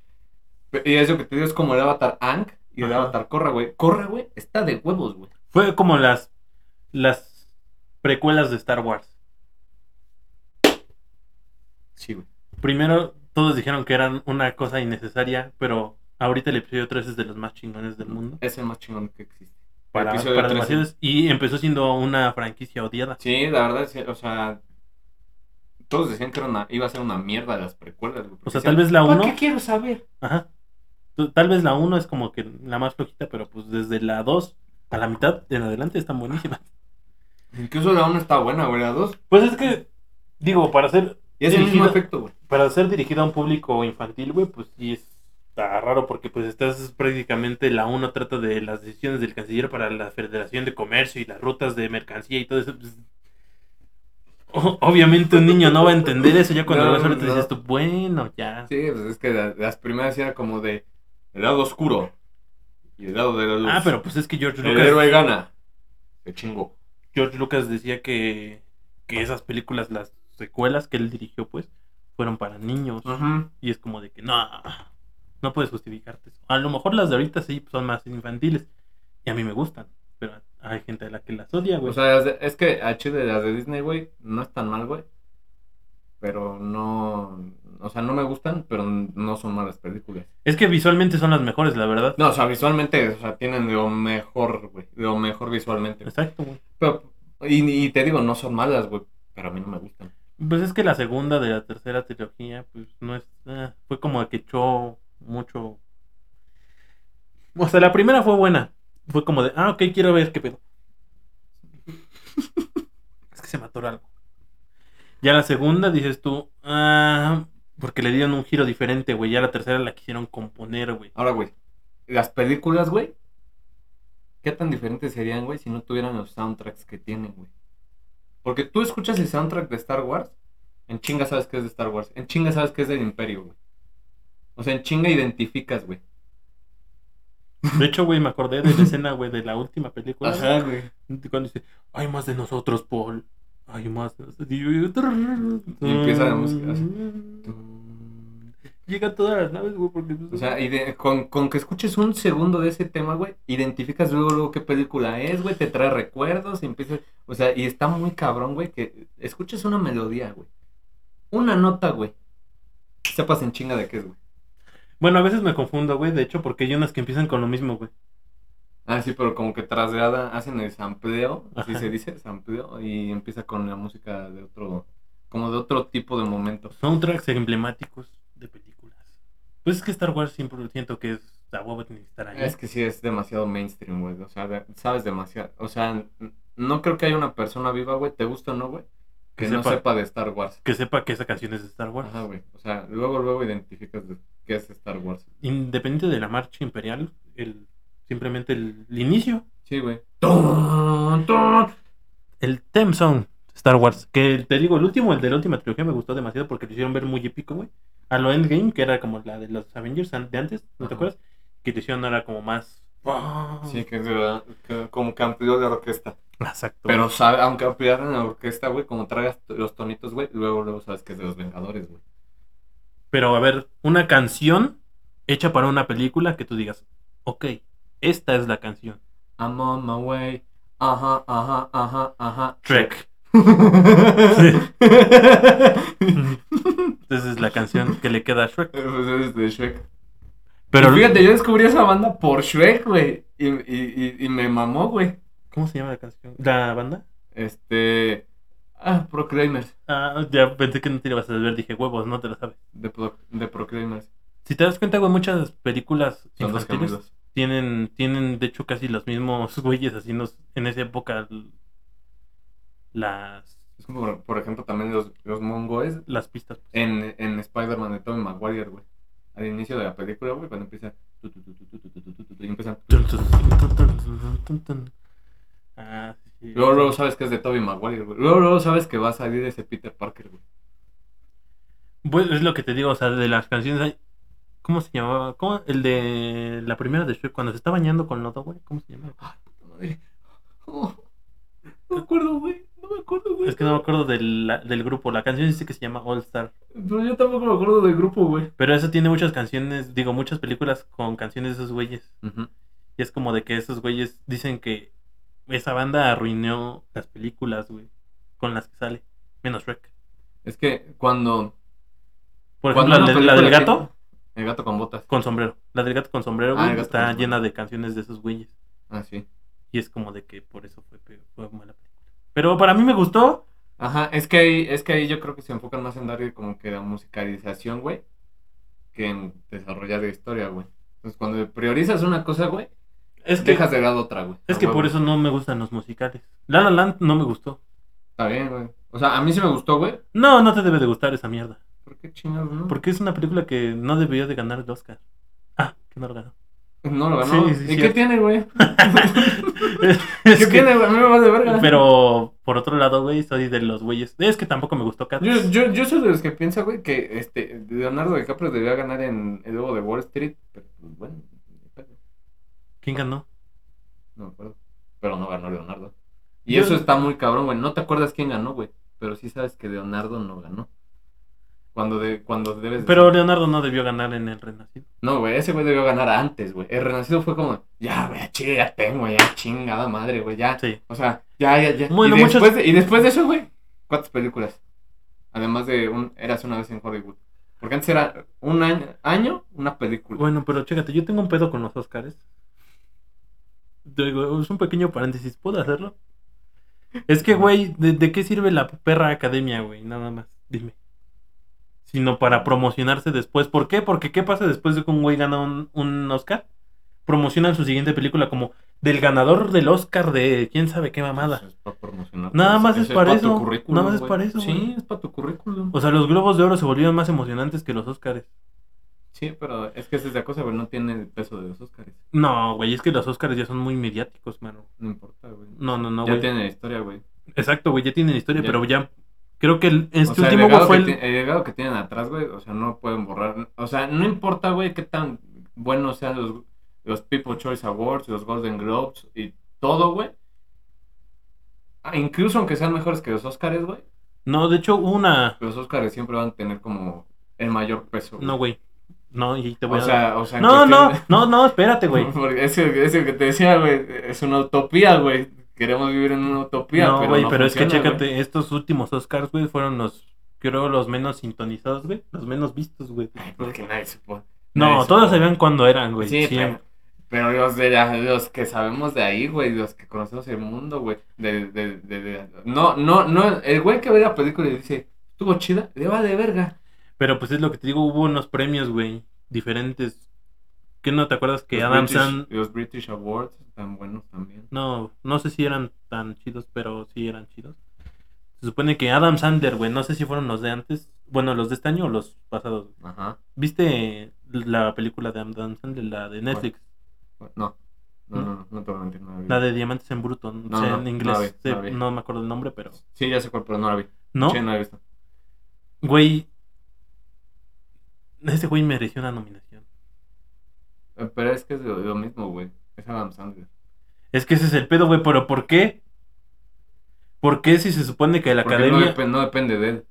B: Pe- Y eso que te digo es como el Avatar Ank y el
A: Ajá.
B: Avatar Corra, güey. Corra, güey, está de huevos, güey.
A: Fue como las. Las precuelas de Star Wars.
B: Sí, güey.
A: Primero, todos dijeron que eran una cosa innecesaria, pero ahorita el episodio 3 es de los más chingones del mundo.
B: Es el más chingón que existe.
A: Para,
B: episodio
A: para
B: 13.
A: demasiados. Y empezó siendo una franquicia odiada.
B: Sí, la verdad, sí, o sea, todos decían que era una- iba a ser una mierda las precuelas, güey.
A: O
B: porque
A: sea,
B: decían,
A: tal vez la
B: ¿Para
A: 1.
B: qué quiero saber?
A: Ajá. Tu- Tal vez la 1 es como que la más flojita, pero pues desde la 2 a la mitad en adelante están buenísimas.
B: Incluso la 1 está buena, güey, la 2.
A: Pues es que, digo, para ser,
B: Y es el mismo
A: Dirigido-
B: efecto, güey.
A: para ser dirigida a un público infantil, güey, pues sí está raro porque pues estás prácticamente la 1 trata de las decisiones del canciller para la Federación de Comercio y las rutas de mercancía y todo eso. pues, o- obviamente un niño no va a entender eso ya cuando
B: No,
A: lo ves ahorita
B: no.
A: dices tú, bueno, ya.
B: Sí, pues es que la- las primeras sí era como de el lado oscuro y el lado de la luz.
A: Ah, pero pues es que George
B: el
A: Lucas
B: héroe gana. Qué chingo.
A: George Lucas decía que, que esas películas, las secuelas que él dirigió, pues, fueron para niños. Y es como de que no, no puedes justificarte eso. A lo mejor las de ahorita sí son más infantiles. Y a mí me gustan. Pero hay gente a la que las odia, güey.
B: O sea, es, es que a Chile las de Disney, güey, no están mal, güey. Pero no, o sea, no me gustan, pero no son malas películas.
A: es que visualmente son las mejores, la verdad.
B: No, o sea, visualmente, o sea, tienen lo mejor, güey, lo mejor visualmente. güey.
A: Exacto, güey.
B: Pero- y, y te digo, no son malas, güey, pero a mí no me gustan.
A: Pues es que la segunda de la tercera trilogía, pues no es. ah, fue como que echó mucho. O sea, la primera fue buena. Fue como de, ah, ok, quiero ver qué pedo. es que se mató algo. Ya la segunda dices tú, ah, porque le dieron un giro diferente, güey. Ya la tercera la quisieron componer, güey.
B: Ahora, güey, las películas, güey, ¿qué tan diferentes serían, güey, si no tuvieran los soundtracks que tienen, güey? Porque tú escuchas el soundtrack de Star Wars, en chinga sabes que es de Star Wars, en chinga sabes que es del Imperio, güey. O sea, en chinga identificas, güey.
A: De hecho, güey, me acordé de la escena, güey, de la última película.
B: Ajá, güey.
A: Cuando dice, hay más de nosotros, Paul. Hay más. de nosotros". Y,
B: Y empieza la música, así.
A: Llega todas las naves, güey, porque. pues,
B: O sea, ide- con, con que escuches un segundo de ese tema, güey, identificas luego, luego qué película es, güey, te trae recuerdos, y empiezas, o sea, y está muy cabrón, güey, que escuches una melodía, güey. Una nota, güey. Sepas en chinga de qué es, güey.
A: Bueno, a veces me confundo, güey, de hecho, porque hay unas que empiezan con lo mismo, güey.
B: Ah, sí, pero como que trasladada, hacen el sampleo, así
A: Ajá.
B: se dice, sampleo, y empieza con la música de otro, como de otro tipo de momento.
A: Soundtracks emblemáticos de películas. Pues es que Star Wars siempre siento que es. La huevo tiene que estar ahí.
B: Es que sí, es demasiado mainstream, güey. O sea, de- sabes demasiado. O sea, n- no creo que haya una persona viva, güey, te gusta o no, güey, que,
A: Que
B: no
A: sepa.
B: sepa de Star Wars.
A: Que sepa que esa canción es de Star Wars.
B: Ajá, güey. O sea, luego, luego identificas de- qué es Star Wars.
A: Independiente de la marcha imperial, el, simplemente el, el inicio.
B: Sí, güey. ¡Tun, tun!
A: El theme song de Star Wars. Que te digo, el último, el de la última trilogía me gustó demasiado porque lo hicieron ver muy épico, güey. A lo Endgame, que era como la de los Avengers an- de antes, ¿no te
B: Ajá.
A: acuerdas? Que lo hicieron ahora como más.
B: Sí, que es de verdad, que- como que amplió la orquesta.
A: Exacto.
B: Pero sabe, aunque ampliaran la orquesta, güey, como traigas t- los tonitos, güey, luego, luego sabes que es de los Vengadores, güey.
A: Pero a ver, una canción hecha para una película que tú digas, ok, esta es la canción.
B: I'm on my way. Ajá, ajá, ajá, ajá.
A: Trek.
B: Sí.
A: Esa es la canción que le queda a Shrek.
B: Pues eres de Shrek.
A: Pero,
B: Y fíjate, yo descubrí esa banda por Shrek, güey. Y, y- y- y me mamó, güey.
A: ¿cómo se llama la canción? ¿La banda?
B: Este. Ah, Proclaimers.
A: Ah, ya pensé que no te la ibas a saber, dije huevos, no te lo sabes.
B: De, Pro- de Proclaimers.
A: Si te das cuenta, güey, muchas películas
B: Son dos
A: infantiles
B: gemelos.
A: tienen, tienen de hecho casi los mismos güeyes haciendo en esa época l- las,
B: Es como, por- por ejemplo, también los, los mongoes
A: las pistas.
B: en, en Spider-Man de Tobey Maguire, güey. Al inicio de la película, güey, cuando empieza. tu, tu, tu, tu, tu, tu, tu, tu, tu, tu, Y empiezan.
A: Ah, sí.
B: Luego, luego sabes que es de Tobey Maguire, güey. Luego, luego sabes que va a salir ese Peter Parker, güey.
A: Bueno, es lo que te digo, o sea, de las canciones hay... ¿Cómo se llamaba? ¿Cómo? El de la primera de Shrek, cuando se está bañando con lodo, güey. ¿Cómo se llama?
B: Madre. Oh, no me acuerdo, güey. No me acuerdo, güey.
A: Es que no me acuerdo del, la- del grupo. La canción dice que se llama All Star.
B: Pero yo tampoco me acuerdo del grupo, güey.
A: Pero eso tiene muchas canciones, digo, muchas películas con canciones de esos güeyes. Y es como de que esos güeyes dicen que esa banda arruinó las películas, güey, con las que sale. Menos Shrek.
B: Es que cuando.
A: Por
B: cuando
A: ejemplo, la,
B: una
A: de- la del
B: película
A: gato
B: que- El gato con botas.
A: con sombrero. La del gato con sombrero,
B: Ah,
A: güey,
B: el gato con
A: está
B: sombrero.
A: llena de canciones de esos güeyes.
B: Ah, sí.
A: Y es como de que por eso fue, pe- fue mala película. Pero para mí me gustó.
B: Ajá, es que ahí, es que ahí yo creo que se enfocan más en dar como que la musicalización, güey, que en desarrollar la historia, güey. Entonces, cuando priorizas una cosa, güey,
A: Es que,
B: dejas de lado otra, güey.
A: es que
B: Ah,
A: por
B: güey.
A: eso no me gustan los musicales. La La Land no me gustó.
B: Está bien, güey. O sea, a mí sí me gustó, güey.
A: No, no te debe de gustar esa mierda.
B: ¿Por qué chingados, no?
A: Porque es una película que no debió de ganar el Oscar. Ah, que no lo ganó.
B: Pues No lo ganó.
A: Sí, sí,
B: ¿Y
A: sí.
B: qué tiene, güey?
A: Es que-
B: ¿Qué tiene, güey? A mí me vale verga.
A: Pero por otro lado, güey, soy de los güeyes. Es que tampoco me gustó Cats.
B: Yo, yo, yo soy de los que piensa, güey, que este Leonardo DiCaprio debía ganar en el lobo de Wall Street, pero pues, bueno, ni pedo,
A: ¿Quién ganó?
B: no me acuerdo. Pero no ganó Leonardo. Y
A: Yo-
B: eso está muy cabrón, güey. No te acuerdas quién ganó, güey. Pero sí sabes que Leonardo no ganó. Cuando de, cuando debes. de-
A: Pero Leonardo no debió ganar en el Renacido.
B: No, güey, ese güey debió ganar antes, güey. El renacido fue como, ya, güey, chile, ya tengo, ya, chingada madre, güey, ya.
A: Sí.
B: O sea, ya, ya, ya.
A: Bueno,
B: y,
A: muchas-
B: después de, y después de eso, güey, ¿cuántas películas? Además de un Eras una vez en Hollywood. Porque antes era un año, año una película.
A: Bueno, pero chécate, yo tengo un pedo con los Oscars. Digo, es un pequeño paréntesis, ¿puedo hacerlo? Es que, güey, ¿de, de qué sirve la perra academia, güey? Nada más, dime. Sino para promocionarse después. ¿Por qué? Porque ¿qué pasa después de que un güey gana un, un Oscar? Promocionan su siguiente película como del ganador del Oscar de quién sabe qué mamada.
B: Eso es para promocionar.
A: Nada más es para
B: pa'
A: eso.
B: tu currículum,
A: Nada más es
B: güey.
A: para eso, güey.
B: Sí, es para tu currículum.
A: O sea, los globos de oro se volvieron más emocionantes que los Oscars.
B: Sí, pero es que esa es la cosa, güey, no tiene el peso de los Óscares.
A: No, güey, es que los Oscars ya son muy mediáticos, mano.
B: No importa, güey.
A: No, no, no,
B: ya
A: güey.
B: tiene la historia, güey.
A: Exacto, güey, ya tienen historia,
B: Ya.
A: pero ya. Creo que el-
B: o
A: este
B: sea,
A: último, güey,
B: el legado,
A: fue
B: que
A: el.
B: ti- el legado que tienen atrás, güey, o sea, no pueden borrar. O sea, no importa, güey, qué tan buenos sean los, los People Choice Awards, los Golden Globes y todo, güey. Ah, Incluso aunque sean mejores que los Oscars, güey,
A: No, de hecho, hubo una.
B: los Oscars siempre van a tener como el mayor peso. güey.
A: No, güey. No, y te voy
B: o
A: a.
B: sea, o sea, en
A: no,
B: cuestión
A: no,
B: de-
A: no, no, espérate, güey.
B: Porque es el, es el que te decía, güey. Es una utopía, güey. Queremos vivir en una utopía.
A: No,
B: pero
A: güey,
B: no
A: pero es que
B: funciona,
A: chécate,
B: güey.
A: estos últimos Oscars, güey, fueron los, creo, los menos sintonizados, güey, los menos vistos, güey.
B: Porque nadie supo.
A: No,
B: nadie
A: todos
B: supo.
A: sabían cuándo eran, güey.
B: Sí, pero,
A: siempre.
B: pero los, de la- los que sabemos de ahí, güey. Los que conocemos el mundo, güey. De, de, de, de- no, no, no. El güey que ve la película y dice, estuvo chida, le va de verga.
A: Pero, pues es lo que te digo, hubo unos premios, güey, diferentes. ¿Qué no te acuerdas que
B: los
A: Adam
B: British,
A: Sand...
B: Los British Awards están buenos también.
A: No, no sé si eran tan chidos, pero sí eran chidos. Se supone que Adam Sander, güey, no sé si fueron los de antes, bueno, los de este año o los pasados. güey.
B: Ajá.
A: ¿Viste la película de Adam Sander, la de Netflix?
B: Mm. No. No, no, no, no te voy a mentir. No la vi.
A: La de Diamantes en Bruto, no,
B: No,
A: sé,
B: no,
A: en
B: no
A: inglés,
B: la vi,
A: sé-
B: la vi.
A: no me acuerdo el nombre, pero...
B: Sí, ya sé cuál, pero no la vi.
A: ¿No?
B: Sí, no la he visto.
A: Güey. Este güey mereció una nominación.
B: Eh, Pero es que es lo, lo mismo, güey. Es Adam Sandler.
A: Es que ese es el pedo, güey, pero ¿por qué? ¿Por qué si se supone que la
B: Porque
A: academia...
B: No, dep- no depende de él.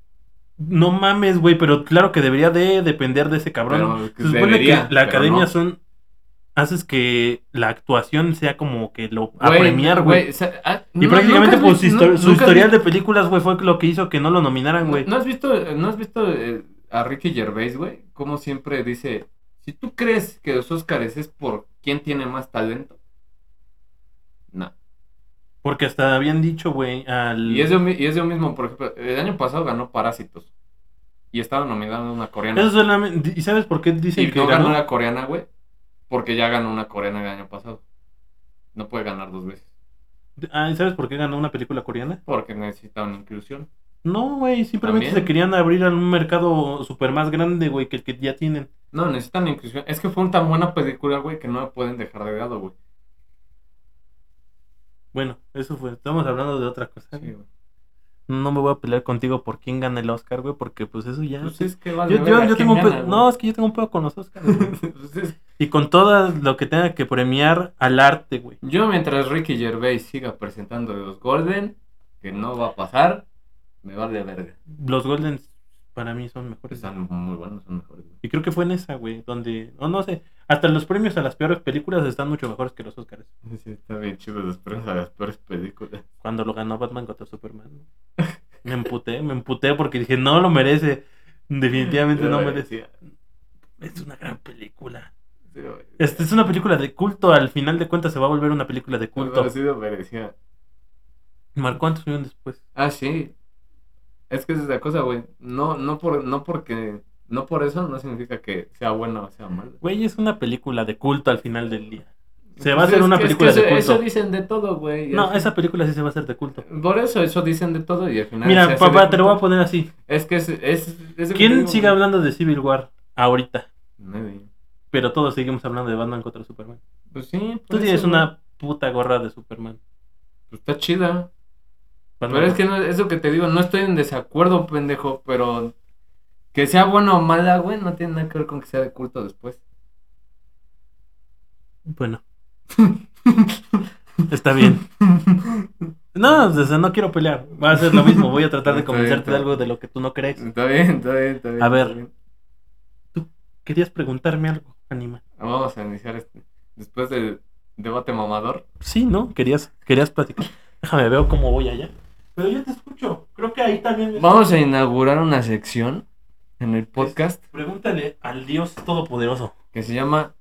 A: No mames, güey, pero claro que debería de depender de ese cabrón.
B: Pero que
A: Se supone
B: debería,
A: que la
B: pero
A: academia
B: no.
A: son... Haces que la actuación sea como que lo... A
B: Güey,
A: premiar, güey.
B: o sea, ah,
A: Y
B: no,
A: prácticamente
B: nunca has
A: pues, su,
B: visto-
A: histor-
B: nu-
A: su
B: nunca has
A: historial de
B: visto-
A: películas, güey, fue lo que hizo que no lo nominaran, güey.
B: ¿No has visto, no has visto eh, a Ricky Gervais, güey? Como siempre dice, si tú crees que los Oscars es por quién tiene más talento. No.
A: Porque hasta habían dicho, güey, al...
B: Y es, lo, mi- y es lo mismo, por ejemplo, el año pasado ganó Parásitos. Y estaba nominado a una coreana.
A: Eso solamente- ¿Y sabes por qué dicen
B: y
A: que
B: no ganó,
A: ganó?
B: la coreana, güey. Porque ya ganó una coreana el año pasado. No puede ganar dos veces.
A: Ah, ¿y sabes por qué ganó una película coreana?
B: Porque necesita una inclusión.
A: No, güey, simplemente
B: ¿También?
A: se querían abrir a un mercado super más grande, güey, que el que ya tienen.
B: No, necesitan inclusión. Es que fue una tan buena película, güey, que no la pueden dejar de lado, güey.
A: Bueno, eso fue. Estamos hablando de otra cosa.
B: Sí, güey.
A: No me voy a pelear contigo por quién gana el Oscar, güey, porque pues eso ya.
B: Pues
A: sí.
B: es que vale
A: yo, yo,
B: verga
A: yo
B: quién
A: tengo un
B: gana,
A: pe-
B: güey.
A: No, es que yo tengo un pedo con los Oscars. güey.
B: Pues es-
A: y con todo lo que tenga que premiar al arte, güey.
B: Yo mientras Ricky Gervais siga presentando los Golden, que no va a pasar, me vale verga.
A: Los Goldens para mí son mejores.
B: Están muy buenos, son mejores. güey.
A: Y creo que fue en esa, güey, donde. No, no sé. Hasta los premios a las peores películas están mucho mejores que los Oscars.
B: Sí, está bien chido los premios a las peores películas.
A: cuando lo ganó Batman contra Superman. ¿no? Me emputé, me emputé porque dije, no lo merece. Definitivamente no merece.
B: decía.
A: Es una gran película. Este es una película de culto. Al final de cuentas se va a volver una película de culto.
B: Pero sí lo merecía.
A: Marcó antes y un después.
B: Ah, sí. Es que esa es la cosa, güey. No, no por, no porque, no por eso no significa que sea buena o sea mala.
A: Güey, es una película de culto al final del día. Se va a
B: Pues
A: hacer
B: es
A: una
B: que- es
A: película
B: que
A: de
B: eso, eso
A: culto.
B: dicen de todo, güey. y
A: No,
B: al-
A: esa película sí se va a hacer de culto.
B: Por eso, eso dicen de todo y al final. se
A: Mira,
B: hace de
A: papá, te lo voy a
B: culto.
A: poner así.
B: Es que es. es, es lo que te
A: ¿Quién
B: digo,
A: sigue
B: güey.
A: hablando de Civil War ahorita?
B: Nadie.
A: Pero todos seguimos hablando de Batman contra Superman.
B: Pues sí. por
A: Tú tienes
B: eso, güey.
A: una puta gorra de Superman.
B: Pues está chida.
A: Batman
B: Pero es que no, es lo que te digo, no estoy en desacuerdo, pendejo, pero. Que sea buena o mala, güey, no tiene nada que ver con que sea de culto después.
A: Bueno. Está bien. No, o sea, no quiero pelear. Va a ser lo mismo. Voy a tratar de
B: Está bien, Mm.
A: convencerte
B: está
A: de
B: bien.
A: algo de lo que tú no crees.
B: Está bien, está bien, está bien.
A: A ver.
B: está bien.
A: Querías preguntarme algo, Anima.
B: Vamos a iniciar este. Después del debate mamador.
A: Sí, ¿no? Querías, querías platicar. Déjame veo cómo voy allá. Pero yo te escucho. Creo que ahí también. me-
B: Vamos a inaugurar una sección en el podcast
A: Pregúntale al Dios Todopoderoso.
B: que se llama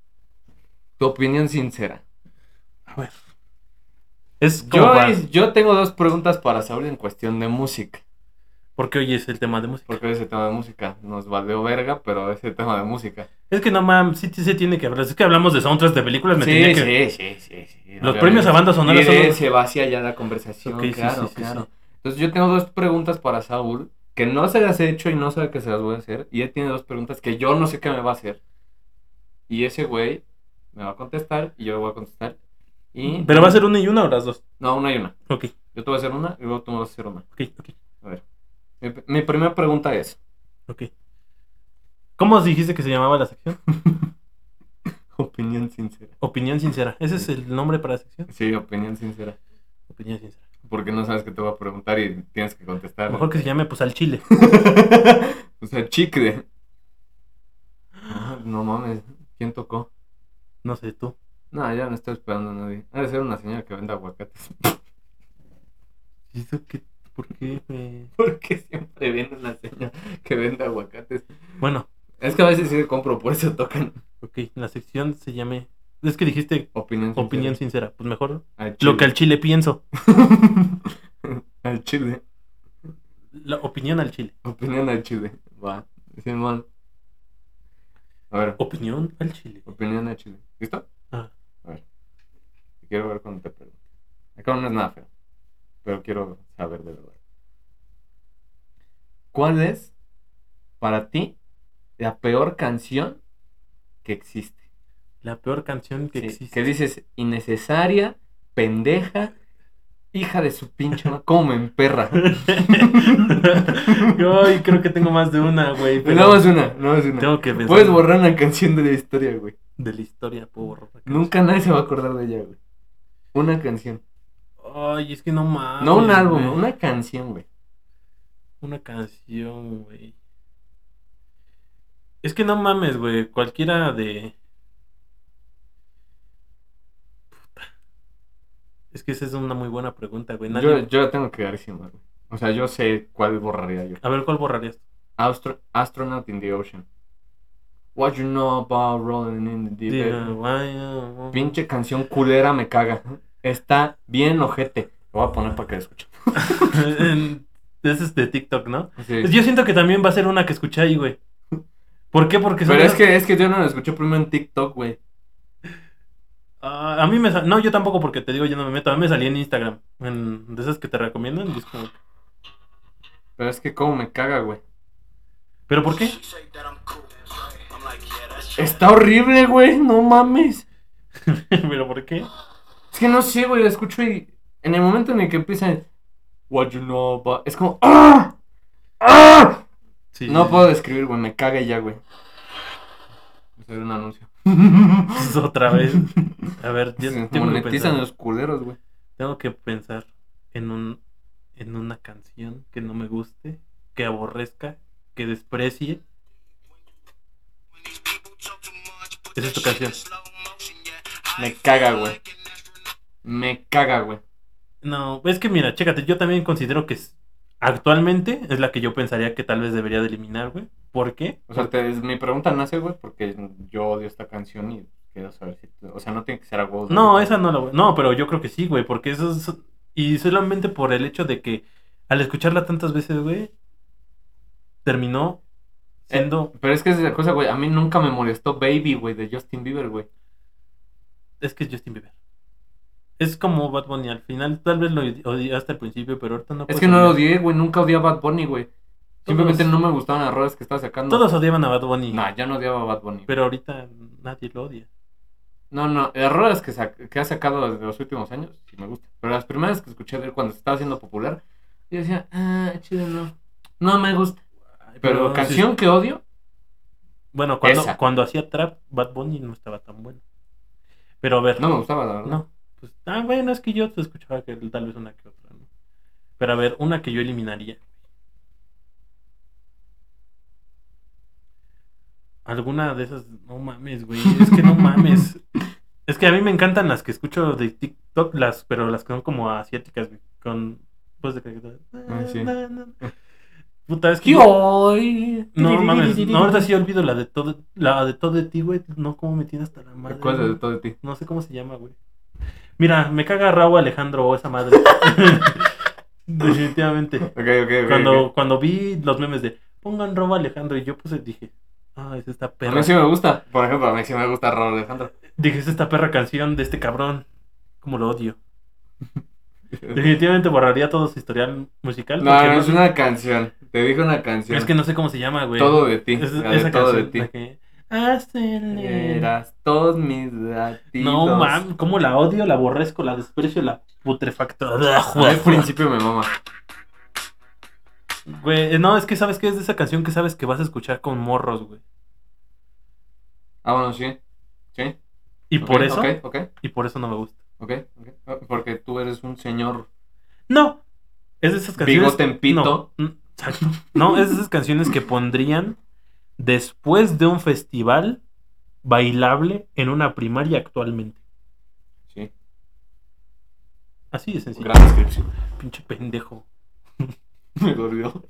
B: Tu opinión sincera.
A: A ver. Es como
B: Yo,
A: para-
B: yo tengo dos preguntas para Saúl en cuestión de música.
A: porque hoy es el tema de música.
B: Porque ese tema de música nos valió verga, pero ese tema de música.
A: Es que no mames, sí, sí se tiene que hablar. Es que hablamos de soundtracks de películas, Pues me tenía
B: Sí,
A: que-
B: sí, sí, sí, sí.
A: Los premios a bandas sonoras
B: Y de-
A: son los-
B: se va hacia allá la conversación,
A: Ok, sí,
B: claro,
A: sí, sí,
B: claro.
A: sí.
B: Entonces yo tengo dos preguntas para Saúl que no se las he hecho y no sabe que se las voy a hacer. Y él tiene dos preguntas que yo no sé qué me va a hacer. Y ese güey me va a contestar y yo le voy a contestar. Y...
A: Pero va a ser una y una o las dos.
B: No, una y una.
A: Ok,
B: Yo te voy a hacer una y luego tú me vas a hacer una.
A: ok, ok.
B: Mi, mi primera pregunta es...
A: ok. ¿Cómo dijiste que se llamaba la sección?
B: Opinión sincera.
A: Opinión sincera. Ese es el nombre para la sección.
B: Sí, opinión sincera.
A: Opinión sincera.
B: Porque no sabes qué te voy a preguntar y tienes que contestar.
A: Mejor que se llame pues al chile.
B: o sea, chicle. Ah, No mames, ¿quién tocó?
A: No sé, tú.
B: No, ya no estoy esperando a nadie. Ha de ser una señora que vende aguacates.
A: ¿Y eso qué? ¿Por qué? me-
B: Porque siempre viene una señora que vende aguacates.
A: Bueno,
B: Es que a veces sí compro, por eso tocan.
A: ok. La sección se llame... Es que dijiste
B: Opinión sincera.
A: opinión sincera. Pues mejor
B: Al
A: lo que al chile pienso.
B: chile. al chile.
A: La opinión al chile.
B: Opinión al chile. Va. Simón. A ver,
A: Opinión al chile.
B: opinión al chile. ¿Listo?
A: Ah,
B: Quiero ver cuando te pregunto. Acá no es nada feo. Pero quiero saber de verdad. ¿Cuál es para ti la peor canción que existe?
A: la peor canción que
B: Sí,
A: existe.
B: Que dices innecesaria, pendeja, hija de su pinche madre. ¿Cómo me emperra?
A: Ay, creo que tengo más de una, güey. pero
B: No es una, no es una.
A: Tengo que pensar
B: Puedes borrar una canción de la historia, güey.
A: de la historia, puedo borrar.
B: Nunca nadie se va a acordar de ella, güey. Una canción.
A: Ay, es que no mames.
B: no un álbum,
A: Ah, güey.
B: una canción, güey.
A: Una canción, güey. Es que no mames, güey. Cualquiera de. Puta. Es que esa es una muy buena pregunta, güey. Nadie-
B: Yo, yo la tengo que dar sin güey. O sea, yo sé cuál borraría yo.
A: A ver, ¿cuál borrarías?
B: Astro- Astronaut in the Ocean. What you know about rolling in the deep
A: Sí,
B: end.
A: güey, no, no.
B: Pinche canción culera me caga. Está bien ojete. Lo voy a poner para que la escuchen.
A: En- Ese es de TikTok, ¿no?
B: Sí.
A: Yo siento que también va a ser una que escuché ahí, güey. ¿Por qué? Porque son
B: Pero
A: las-
B: es que, es que yo no la escuché primero en TikTok, güey.
A: Ah, a mí me sa- No, yo tampoco porque te digo, yo no me meto. A mí me salí en Instagram. En... De esas que te recomiendan. y es como,
B: Pero es que cómo me caga, güey.
A: ¿Pero por qué?
B: Está horrible, güey. No mames.
A: ¿Pero por qué?
B: Es que no sé, güey. La escucho y en el momento en el que empieza el What you know about... Es como... ¡Ah! ¡Ah!
A: Sí,
B: No
A: sí,
B: puedo describir, güey. Me caga ya, güey. Eso era un anuncio.
A: Pues Otra vez. A ver, yo
B: Se
A: tengo, que
B: monetizan
A: pensar,
B: los culeros, güey.
A: tengo que pensar en un en una canción que no me guste, que aborrezca, que desprecie. Esa es tu canción.
B: Me caga, güey. Me caga, güey.
A: No, es que mira, chécate, yo también considero que es- actualmente es la que yo pensaría que tal vez debería de eliminar, güey. ¿Por qué?
B: O sea, te- mi pregunta nace, güey, porque yo odio esta canción y quiero saber si... O sea, no tiene que ser a huevos,
A: No,
B: güey.
A: esa no la voy- No, pero yo creo que sí, güey, porque eso es... Y solamente por el hecho de que al escucharla tantas veces, güey, terminó siendo...
B: Pero es que esa es la cosa, güey. A mí nunca me molestó Baby, güey, de Justin Bieber, güey.
A: Es que es Justin Bieber. Es como Bad Bunny. Al final tal vez lo odi- odiaste al principio, pero ahorita no
B: Es
A: puedes
B: que no lo
A: odiar.
B: odié, güey. Nunca odié a Bad Bunny, güey. Simplemente
A: Todos-
B: no me gustaban las rolas que estaba sacando.
A: Todos odiaban a Bad Bunny.
B: No, ya no odiaba a Bad Bunny.
A: Pero ahorita nadie lo odia.
B: No, no, las rolas que, sac- que ha sacado desde los últimos años, sí me gusta. Pero las primeras que escuché de él cuando se estaba haciendo popular, yo decía, ah, chido, no. No me gusta.
A: Ay,
B: Pero
A: sí.
B: canción que odio,
A: Bueno, cuando,
B: Esa.
A: cuando hacía trap, Bad Bunny no estaba tan bueno. Pero a ver.
B: no me gustaba, la verdad.
A: No. Pues, ah, bueno, es que yo te escuchaba que tal vez una que otra, ¿no? Pero a ver, una que yo eliminaría. Alguna de esas, no mames, güey. Es que no mames. Es que a mí me encantan las que escucho de TikTok, las, pero las que son como asiáticas, güey. Con. Pues de caricatura.
B: Ah, sí.
A: Na, na, na. Puta, es que.
B: ¿Qué hoy?
A: No mames, no, ahorita sí olvido la de todo, la de todo de ti, güey. No, como me tiene hasta la madre.
B: ¿Cuál
A: güey.
B: de todo de ti?
A: No sé cómo se llama, güey. Mira, me caga Raúl Alejandro o esa madre. Definitivamente.
B: Ok, ok, ok. ok.
A: Cuando, cuando vi los memes de pongan Raúl Alejandro y yo puse, dije, ah, es esta
B: A
A: perra.
B: mí sí me gusta. Por ejemplo, a mí sí me gusta Raúl Alejandro.
A: Dije, es esta perra canción de este cabrón. Como lo odio. Definitivamente borraría todo su historial musical.
B: No,
A: porque
B: no es
A: sé-
B: una canción. Te dije una canción.
A: es que no sé cómo se llama, güey.
B: Todo de ti.
A: Es-
B: la de
A: esa
B: todo
A: canción,
B: de ti.
A: la que- Acelera.
B: Eras todos mis latidos.
A: No, mam, cómo la odio, la aborrezco, la desprecio, la putrefacto.
B: Al principio me mama.
A: Güey, eh, no, es que sabes que es de esa canción que sabes que vas a escuchar con morros, güey.
B: Ah, bueno, sí. Sí.
A: Y por eso,
B: Ok, ok,
A: y por eso no me gusta.
B: ok. ok. Ah, Porque tú eres un señor.
A: No. Es de esas canciones.
B: Bigote en pito.
A: No, mm, exacto. No, es de esas canciones que pondrían después de un festival bailable en una primaria actualmente.
B: Sí.
A: Así de sencillo.
B: Gran descripción.
A: Pinche pendejo.
B: Me dolió.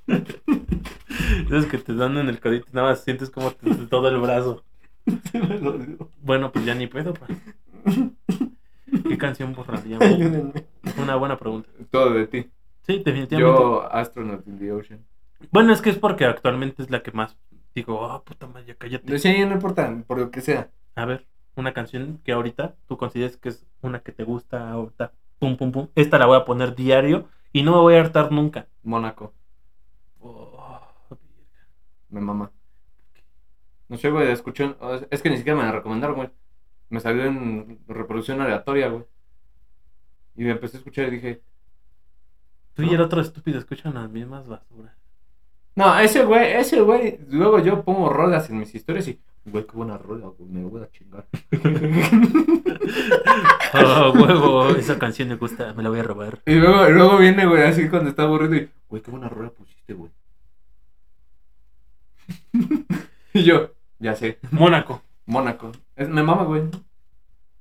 A: Esos que te dan en el codito y nada más sientes como te- todo el brazo.
B: Me dolió.
A: Bueno, pues ya ni puedo. pa. ¿Qué canción borraría?
B: Ayúdenme.
A: Una buena pregunta.
B: Todo de ti.
A: Sí, definitivamente.
B: Yo, Astronaut in the Ocean.
A: Bueno, es que es porque actualmente es la que más digo, ah, puta madre, ya cállate.
B: Sí, no importa, por lo que sea.
A: A ver, una canción que ahorita tú consideres que es una que te gusta ahorita. Pum, pum, pum. Esta la voy a poner diario y no me voy a hartar nunca.
B: Mónaco,
A: Oh,
B: me mama. No sé, güey, escuché. o sea, Es que ni siquiera me la recomendaron, güey. Me salió en reproducción aleatoria, güey. Y me empecé a escuchar y dije,
A: tú y el otro estúpido escuchan las mismas basuras.
B: no, ese güey, ese güey. Luego yo pongo rolas en mis historias y, güey, qué buena rola, güey, me voy a chingar.
A: Oh, huevo, esa canción me gusta, me la voy a robar.
B: y luego, luego viene, güey, así cuando está aburrido y, güey, qué buena rola pusiste, güey. y yo, ya sé,
A: Mónaco,
B: Mónaco. Es- me mama, güey.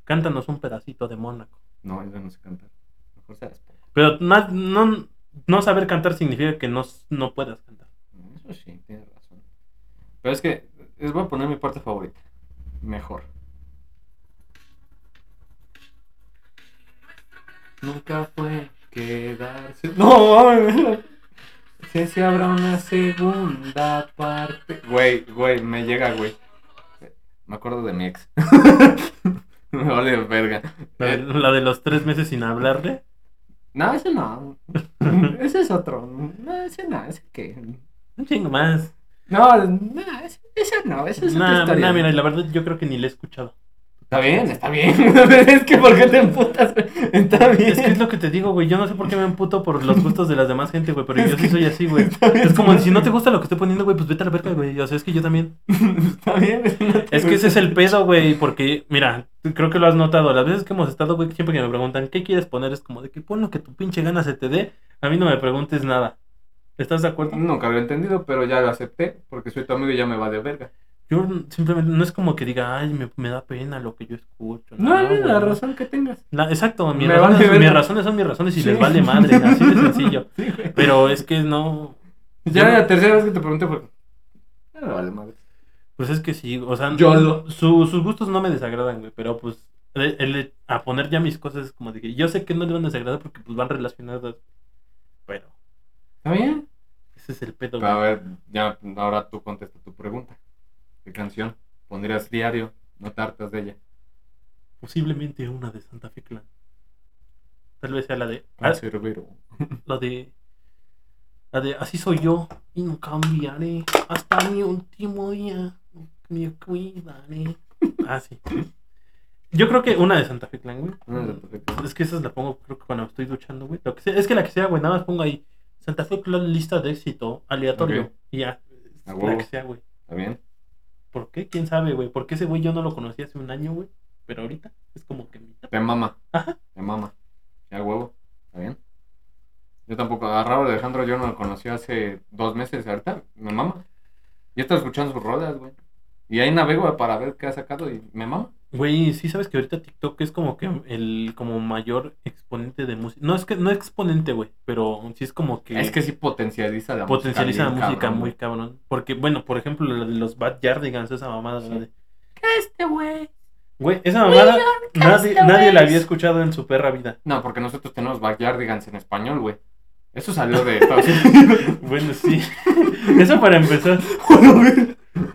A: cántanos un pedacito de Mónaco.
B: No, yo no sé cantar. Mejor se las pongo.
A: Pero na- no, no saber cantar significa que no, no puedas cantar.
B: Mm, Eso sí, tienes razón. Pero es que les voy a poner mi parte favorita. Mejor. Nunca fue quedarse. No, mames. Si se habrá una segunda parte. Güey, güey, me llega, güey. Me acuerdo de mi ex. me vale verga. Eh,
A: La de, la de los tres meses sin hablarle.
B: No, ese no. ese es otro. No, ese no, ese qué.
A: Un chingo más.
B: No, no, es- esa no, esa es otra
A: Nah,
B: historia.
A: nah, mira, y la verdad yo creo que ni la he escuchado.
B: Está bien, está bien. Pero es que ¿por qué te emputas? Está bien.
A: Es que es lo que te digo, güey. Yo no sé por qué me emputo por los gustos de las demás gente, güey. Pero
B: Es
A: yo sí
B: que-
A: soy así, güey.
B: Está bien,
A: Es como
B: está
A: si no te
B: bien.
A: gusta lo que estoy poniendo, güey, pues vete a la verga, güey. O sea, es que yo también.
B: Está bien. no te
A: Es que ese es
B: gusta.
A: el pedo, güey. Porque, mira, tú- creo que lo has notado. Las veces que hemos estado, güey, siempre que me preguntan, ¿qué quieres poner? Es como de que pon lo que tu pinche gana se te dé. A mí no me preguntes nada. ¿Estás de acuerdo?
B: Nunca lo he entendido, pero ya lo acepté porque soy tu amigo y ya me va de verga.
A: Yo simplemente no es como que diga, ay, me, me da pena lo que yo escucho.
B: No, no,
A: güey,
B: la razón que tengas.
A: La- exacto, mis
B: Me
A: razones,
B: vale verga.
A: mis razones son mis razones y
B: Sí.
A: les vale madre, así de sencillo.
B: Sí, güey.
A: Pero es que no,
B: ya era la tercera vez que te pregunté, porque. Ya me vale madre.
A: pues es que sí, o sea,
B: Yo lo-
A: su- sus gustos no me desagradan, güey, pero pues el- el- a poner ya mis cosas es como dije, yo sé que no le van a desagradar porque pues van relacionadas, pero
B: Está bien.
A: ese es el pedo,
B: A
A: güey.
B: ver, ya, ahora tú contesta tu pregunta. ¿Qué canción pondrías diario? No te hartas de ella.
A: Posiblemente una de Santa Fe Clan. Tal vez sea la de,
B: Ah,
A: ah,
B: Cancerbero.
A: la de, la de, así soy yo y no cambiaré hasta mi último día, me cuidaré. Ah, sí. Yo creo que una de Santa Fe Clan, güey.
B: Una de Santa Fe Clan.
A: Es que esas la pongo, creo que cuando me estoy duchando, güey. Lo que sea- es que la que sea, güey, nada más pongo ahí Santa Fe Clan lista de éxito aleatorio.
B: Ok.
A: Y ya.
B: A
A: La
B: huevo.
A: que sea, güey.
B: ¿Está bien?
A: ¿Por qué? ¿Quién sabe, güey? Porque ese güey yo no lo conocí hace un año, güey. Pero ahorita es como que mi tap.
B: Te mama.
A: Ajá.
B: Te mama. Ya huevo. ¿Está bien? Yo tampoco. A Raúl Alejandro yo no lo conocí hace dos meses. Ahorita me mama. Yo estaba escuchando sus rodas, güey. Y ahí navego para ver qué ha sacado y me mama.
A: Güey, sí sabes que ahorita TikTok es como que el como mayor exponente de música. No es que no exponente, güey, pero sí es como que
B: Es que sí potencializa la
A: potencializa la
B: música.
A: música muy cabrón. Porque, bueno, por ejemplo, la de los Bad Yardigans, esa mamada,
B: Sí.
A: la de-
C: Este güey.
A: Güey, esa mamada nadie, nadie la
C: castaways.
A: había escuchado en su perra vida.
B: No, porque nosotros tenemos Backyardigans en español, güey. Eso salió de Estados Unidos.
A: Bueno, sí. Eso para empezar.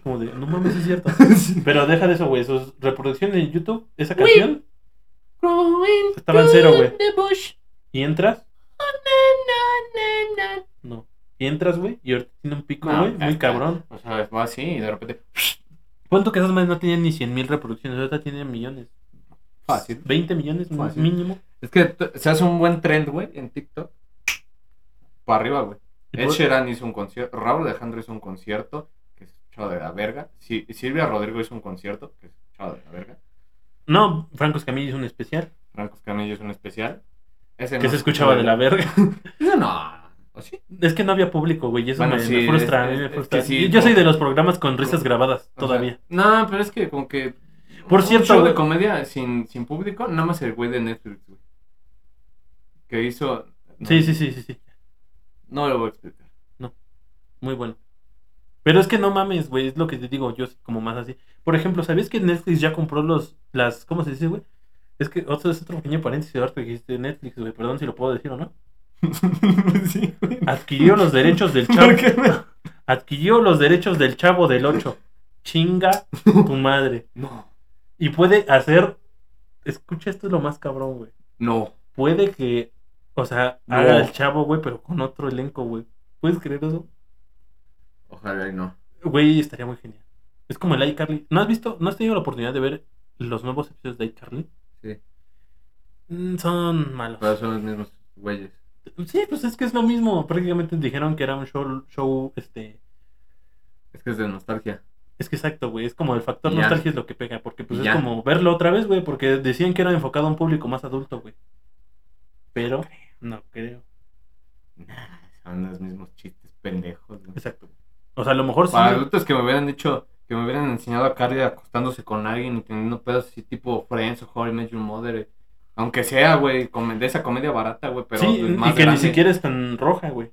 A: Como de, no mames, es cierto. Pero deja de eso, güey. Sus reproducciones en YouTube, esa
C: Güey.
A: canción,
C: Growing
A: Estaba en cero,
C: through
A: güey.
C: the bush. Oh,
A: y entras.
C: Na, na, na, na.
A: No. Y entras, güey, y ahorita tiene un pico,
B: No,
A: güey,
B: ya
A: muy
B: está.
A: cabrón.
B: o sea, va así y de repente.
A: ¿Cuánto que esas madres no tenían ni 100 mil reproducciones? Ahorita tienen millones.
B: Fácil.
A: 20 millones más
B: Fácil.
A: mínimo.
B: Es que t- se hace un buen trend, güey, en TikTok. Para arriba, güey.
A: Y
B: Ed
A: por-
B: Sheeran hizo un concierto, Raúl Alejandro hizo un concierto, que es chavo de la verga. Si- Silvia Rodrigo hizo un concierto, que es chavo de la verga.
A: No, Franco Escamilla hizo un especial
B: Franco Escamillo hizo un especial. Ese
A: que
B: no
A: se escuchaba de la verga.
B: Ese no. ¿O sí?
A: Es que no había público, güey, y eso
B: Bueno,
A: me,
B: sí,
A: me frustra.
B: es-
A: a mí me
B: es- es
A: frustra.
B: que sí,
A: yo soy
B: por-
A: de los programas con risas grabadas
B: O
A: todavía.
B: sea, no, pero es que como que...
A: Por
B: un
A: cierto,
B: show
A: güey.
B: de comedia sin, sin público, nada más el güey de Netflix, güey. Que hizo... no,
A: Sí, sí, sí, sí, sí.
B: No lo voy a explicar.
A: Muy bueno. Pero es que no mames, güey, es lo que te digo, yo soy como más así. Por ejemplo, ¿sabías que Netflix ya compró los, las, ¿cómo se dice, güey? Es que otro, es otro pequeño paréntesis ahorita que dijiste Netflix, güey, perdón si lo puedo decir o no.
B: sí, güey.
A: Adquirió los derechos del chavo.
B: ¿Por qué no?
A: Adquirió los derechos del chavo del 8. Chinga tu madre.
B: No.
A: Y puede hacer. Escucha, esto es lo más cabrón, güey.
B: No.
A: Puede que. O sea,
B: No.
A: haga el chavo, güey, pero con otro elenco, güey. ¿Puedes creer eso?
B: Ojalá y no.
A: Güey, estaría muy genial. Es como el iCarly. ¿No has visto, no has tenido la oportunidad de ver los nuevos episodios de iCarly?
B: Sí.
A: Mm, Son malos.
B: Pero son los mismos güeyes.
A: Sí, pues es que es lo mismo. Prácticamente dijeron que era un show, show este.
B: Es que es de nostalgia.
A: Es que exacto, güey. Es como el factor
B: Y ya.
A: nostalgia es lo que pega. Porque pues
B: Y
A: es
B: ya.
A: como verlo otra vez, güey. Porque decían que era enfocado a un público más adulto, güey. Pero. No creo.
B: Nah, son los mismos chistes pendejos. güey.
A: Exacto. O sea, a lo mejor sí.
B: Para adultos que me hubieran dicho, que me hubieran enseñado a Carly acostándose con alguien y teniendo pedos así tipo Friends o How I Met Your Mother. eh. Aunque sea, güey, come- de esa comedia barata, güey, pero
A: sí,
B: es
A: y
B: más
A: que ni
B: grande.
A: siquiera es tan roja, güey.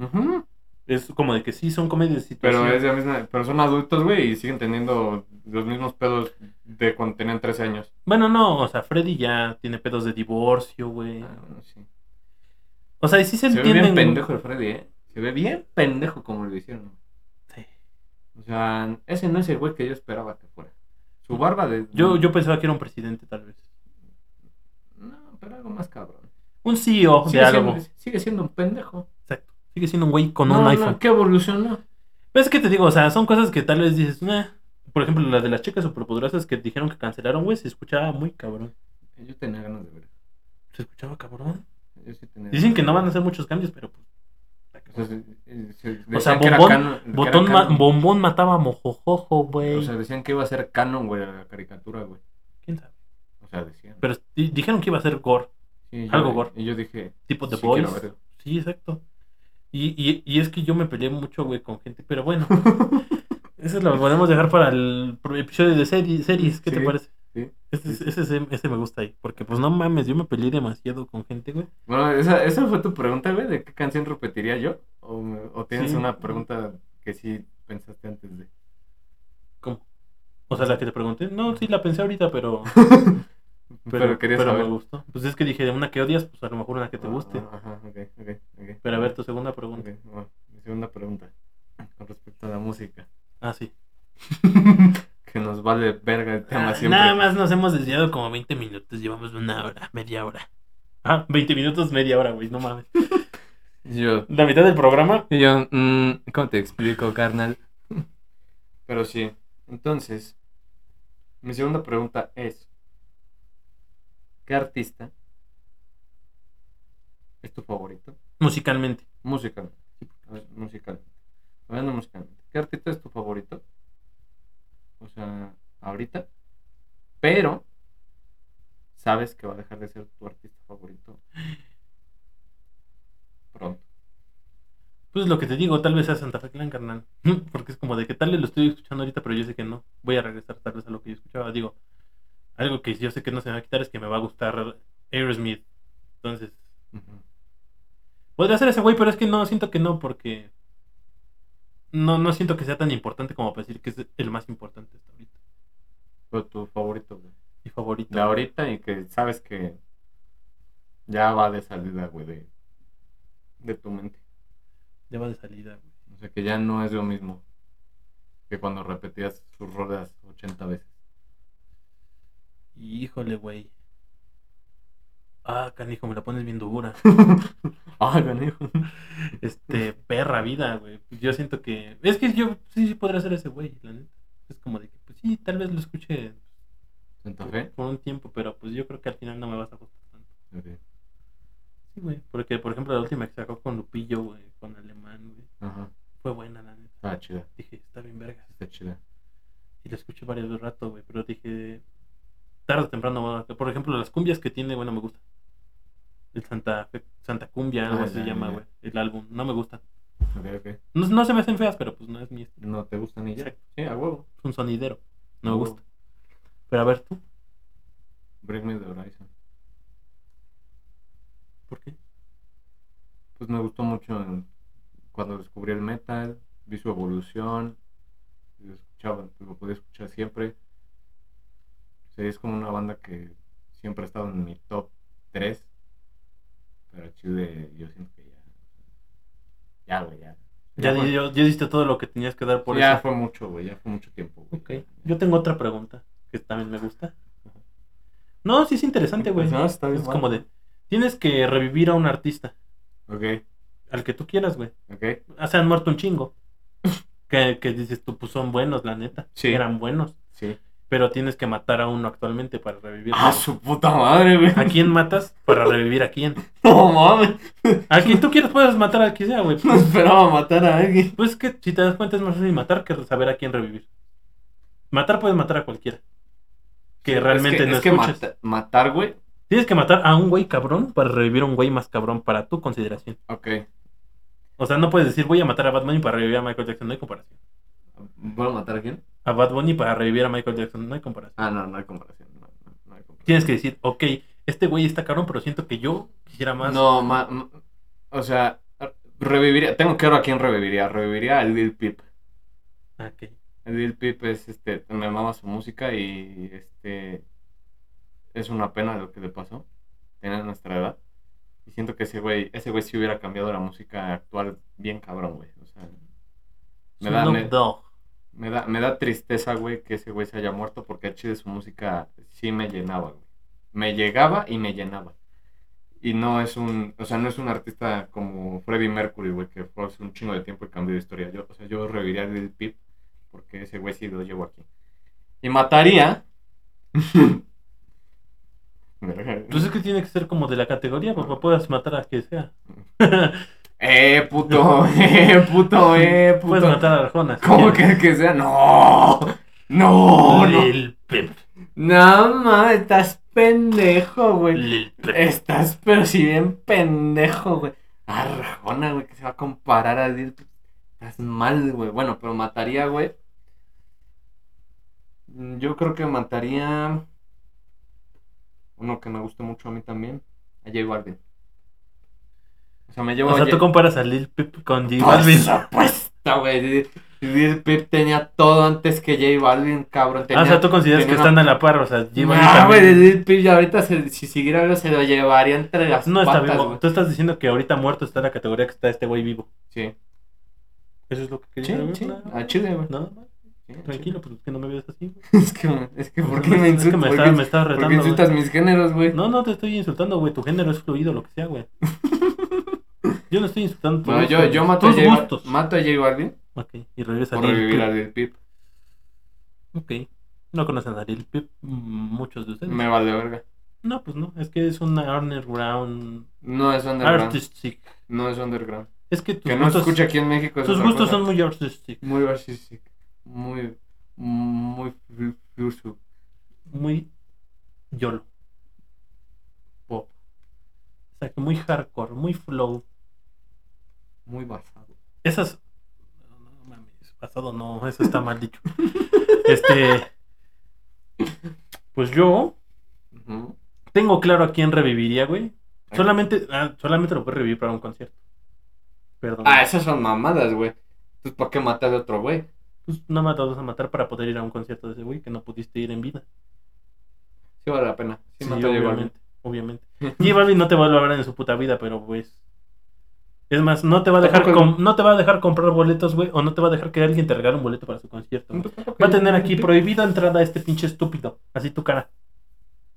B: Ujú,
A: Es como de que sí, son comedias de
B: Pero,
A: situación.
B: es la misma, pero son adultos, güey, y siguen teniendo los mismos pedos de cuando tenían 13 años.
A: Bueno, no, o sea, Freddy ya tiene pedos de divorcio, güey.
B: Ah, no, sí.
A: O sea, y sí se,
B: Se ve
A: entienden.
B: bien
A: güey.
B: pendejo el Freddy, ¿eh? Se ve bien pendejo como lo hicieron.
A: Sí.
B: O sea, ese no es el güey que yo esperaba que fuera. Su barba de...
A: Yo, yo pensaba que era un presidente, tal vez.
B: No, pero algo más cabrón.
A: Un CEO de
B: Sigue
A: algo.
B: siendo, sigue siendo un pendejo.
A: Exacto. Sigue siendo un güey con un
B: no,
A: iPhone.
B: No, ¿Qué evolucionó?
A: Pero es que te digo, o sea, son cosas que tal vez dices, "Meh". Por ejemplo, la de las chicas superpoderosas que dijeron que cancelaron, güey, se escuchaba muy cabrón.
B: Yo tenía ganas de ver.
A: Se escuchaba cabrón.
B: Yo sí tenía
A: Dicen que no van a hacer muchos cambios, pero pues.
B: O sea, se- eh, se-
A: O sea,
B: decían que era
A: Bombón-
B: canon- que era
A: Botón ma-
B: canon.
A: bombón mataba a mojojojo, güey.
B: O sea, decían que iba a ser canon, güey, la caricatura, güey.
A: ¿Quién sabe?
B: O sea, decían.
A: Pero di- dijeron que iba a ser gore,
B: Sí, yo-
A: algo gore.
B: Y yo dije,
A: tipo The
B: sí
A: Boys.
B: quiero verlo.
A: Sí, exacto. Y, y, y es que yo me peleé mucho, güey, con gente, pero bueno. Eso lo podemos dejar para el pro- episodio de serie- series, ¿qué te
B: Sí,
A: parece?
B: sí,
A: Ese,
B: sí.
A: ese, ese- ese me gusta ahí, porque pues no mames, yo me peleé demasiado con gente, güey.
B: Bueno, esa, esa fue tu pregunta, güey, de qué canción repetiría yo. ¿O, o tienes
A: Sí.
B: una pregunta que sí pensaste antes de...
A: ¿Cómo? O sea, la que te pregunté, no, sí la pensé ahorita, pero
B: pero,
A: pero,
B: quería
A: pero
B: saber.
A: me gustó. Pues es que dije, de una que odias, pues a lo mejor una que te guste.
B: Ah, Ajá, ok, ok, ok.
A: Pero a ver, tu segunda pregunta.
B: Ok, bueno, mi segunda pregunta con respecto a la música.
A: Ah, sí.
B: que nos vale verga el tema
A: Ah,
B: siempre.
A: Nada más nos hemos desviado como 20 minutos, llevamos una hora, media hora. Ah, 20 minutos, media hora, güey, no mames.
B: Y yo,
A: La mitad del programa
B: y yo mm, ¿cómo te explico, carnal? Pero sí, entonces, mi segunda pregunta es, ¿qué artista es tu favorito?
A: musicalmente.
B: Musicalmente. A ver, musicalmente. Hablando musicalmente. ¿Qué artista es tu favorito? O sea, ahorita. Pero sabes que va a dejar de ser tu artista favorito pronto.
A: Pues lo que te digo, tal vez sea Santa Fe Clan, carnal. Porque es como de que tal vez lo estoy escuchando ahorita, pero yo sé que no. Voy a regresar tal vez a lo que yo escuchaba. Digo, algo que yo sé que no se me va a quitar es que me va a gustar Aerosmith. Entonces, podría ser ese güey, pero es que no, siento que no, porque no, no siento que sea tan importante como para decir que es el más importante hasta ahorita.
B: Pero tu favorito, güey.
A: Mi favorito.
B: De ahorita y que sabes que ya va de salida, güey, de, de tu mente.
A: Ya va de salida, güey.
B: O sea, que ya no es lo mismo que cuando repetías sus rolas 80 veces.
A: Híjole, güey. Ah, canijo, me la pones bien dura.
B: ah, canijo.
A: Este, perra vida, güey. Yo siento que. Es que yo sí, sí podría ser ese güey, la neta. Es como de que, pues sí, tal vez lo escuche
B: ¿Santa Fe?
A: por un tiempo, pero pues yo creo que al final no me vas a gustar tanto.
B: Ok.
A: Sí, güey. Porque, por ejemplo, la última que sacó con Lupillo, güey, con Alemán, güey,
B: Ajá.
A: fue buena, la neta.
B: Está chida,
A: Dije, está bien vergas.
B: está chida.
A: Y la escuché varios rato, güey, pero dije, tarde o temprano, bueno, por ejemplo, las cumbias que tiene, bueno, me gusta. El Santa, Fe- Santa Cumbia, algo
B: Ah,
A: así se
B: ya,
A: llama,
B: ya.
A: güey, el álbum. No me gusta.
B: Ok, ok.
A: No, no se me hacen feas, pero pues no es mi estilo.
B: ¿No te gustan ni ya?
A: Exacto.
B: Sí, a huevo.
A: Es un sonidero. No
B: A
A: me
B: huevo.
A: gusta. Ah, Pero a ver tú,
B: Bring Me the Horizon.
A: ¿por qué?
B: Pues me gustó mucho en- cuando descubrí el metal, vi su evolución, lo escuchaba, lo podía escuchar siempre. O sea, es como una banda que siempre ha estado en mi top 3. Pero Chile, yo siento que ya. Ya, güey, ya.
A: Ya,
B: fue,
A: di- ya, ya diste todo lo que tenías que dar por
B: ya
A: eso.
B: fue mucho, güey, ya fue mucho tiempo, güey.
A: Ok. Yo tengo otra pregunta que también me gusta. ah, No, sí es interesante, güey.
B: Pues no, está bien,
A: Es como
B: bueno.
A: de, tienes que revivir a un artista,
B: Ok,
A: al que tú quieras, güey.
B: ok.
A: O sea, han muerto un chingo. Que, que dices tú, pues son buenos, la neta.
B: Sí.
A: Eran buenos.
B: Sí.
A: Pero tienes que matar a uno actualmente para revivir.
B: ¡Ah, su puta madre, güey!
A: ¿A quién matas para revivir a quién?
B: No mames,
A: A quien tú quieras puedes matar a quien sea, güey.
B: no esperaba matar a alguien.
A: Pues es que si te das cuenta es más fácil matar que saber a quién revivir. Matar puedes matar a cualquiera. Que realmente
B: es que,
A: no
B: es que
A: escuches.
B: mata- matar, güey,
A: Tienes que matar a un güey cabrón para revivir a un güey más cabrón para tu consideración.
B: Ok.
A: O sea, no puedes decir voy a matar a Batman y para revivir a Michael Jackson, no hay comparación.
B: ¿Voy a matar a quién?
A: A Bad Bunny para revivir a Michael Jackson, no hay comparación.
B: Ah, no, no hay comparación. No, no, no hay comparación.
A: Tienes que decir, ok, este güey está cabrón, pero siento que yo quisiera más.
B: No, ma- ma- o sea, reviviría. Tengo claro a quién reviviría. Reviviría a Lil Peep.
A: Ah, ok.
B: El Lil Peep es este. Me amaba su música y este. Es una pena lo que le pasó. Tenía nuestra edad. Y siento que ese güey, ese güey sí hubiera cambiado la música actual bien cabrón, güey. O sea, me da,
A: Snoop
B: me-
A: Dogg.
B: me da, me da tristeza, güey, que ese güey se haya muerto porque el chile su música sí me llenaba, güey. Me llegaba y me llenaba. Y no es un, o sea, no es un artista como Freddie Mercury, güey, que fue hace un chingo de tiempo y cambió de historia. Yo, o sea, yo reviría a Lil Peep porque ese güey sí lo llevo aquí. Y mataría.
A: Pues es que tiene que ser como de la categoría, porque puedas matar a quien sea.
B: Eh, puto, eh, puto, eh,
A: Puedes
B: puto.
A: Pues matar a Arjona. si
B: ¿Cómo
A: quieres.
B: que que sea? No, no, no.
A: Lil Peep,
B: No mames, estás pendejo, güey.
A: Lil Peep.
B: Estás, pero si bien pendejo, güey. Ah, Rajona, güey, que se va a comparar a Lil. Peep. Estás mal, güey. Bueno, pero mataría, güey. Mm, Yo creo que mataría. Uno que me gusta mucho a mí también. A J Balvin. O sea, me llevo
A: O sea,
B: a
A: tú
B: J-
A: comparas a Lil Peep con J
B: Por
A: Balvin.
B: supuesto, güey. Lil Peep tenía todo antes que J Balvin, cabrón.
A: Ah, o sea,
B: tenía-
A: tú consideras que
B: tenía una
A: están a la par, o sea, J Balvin
B: no, güey,
A: también-
B: Lil Peep ya ahorita se- si siguiera vivo se lo llevaría entre las
A: No está
B: patas,
A: vivo.
B: güey.
A: Tú estás diciendo que ahorita muerto está en la categoría que está este güey vivo.
B: Sí,
A: Eso es lo que
B: sí,
A: quería saber,
B: sí,
A: nada más.
B: a Chile, güey.
A: Nada más.
B: Sí, a
A: Tranquilo, pues que no me veas así. güey.
B: Chile. Es que, es que, ¿por qué me
A: Es que
B: insultas?
A: me
B: ¿Por
A: estás,
B: qué-
A: me estás
B: por qué
A: retando. güey.
B: insultas mis géneros, güey?
A: No, no te estoy insultando, güey. Tu género es fluido, lo que sea, güey. Yo no estoy insultando.
B: Bueno,
A: tus
B: yo,
A: gustos,
B: yo
A: güey.
B: mato, a
A: Tus
B: J, Bal-
A: gustos.
B: mato a J Balvin
A: Ok, y regresa
B: por
A: a Lil
B: revivir a
A: Peep.
B: Lil Peep.
A: Ok. No conocen a Lil Peep mm, muchos de ustedes.
B: Me vale verga.
A: No, pues no. Es que es una underground
B: No es underground.
A: artistic.
B: No es underground.
A: Es que tus
B: Que no
A: gustos,
B: escucha aquí en México. es
A: tus
B: otra
A: gustos
B: cosa.
A: son muy artistic.
B: Muy narcissistic. Muy. Muy. flu- fluso.
A: Muy yolo. Pop. O sea, que muy hardcore, muy flow.
B: Muy basado.
A: Esas. No, no mames, pasado no, eso está mal dicho. este. Pues yo
B: Ujú.
A: tengo claro a quién reviviría, güey. Solamente, ah, solamente lo puedes revivir para un concierto. Perdón.
B: Ah, esas son mamadas, güey. Entonces, ¿para qué matar a otro güey?
A: Pues nada más te vas a matar para poder ir a un concierto de ese güey que no pudiste ir en vida.
B: Sí vale la pena. Sí,
A: Sí,
B: mató a J Balvin.
A: obviamente, obviamente. J Balvin no te va a lograr en su puta vida, pero pues. Es más, no te va a dejar
B: Tampoco-
A: com- no te va a dejar comprar boletos, güey, o no te va a dejar que alguien te regale un boleto para su concierto. güey.
B: pues,
A: Va a tener aquí prohibida entrada a este pinche estúpido. Así tu cara.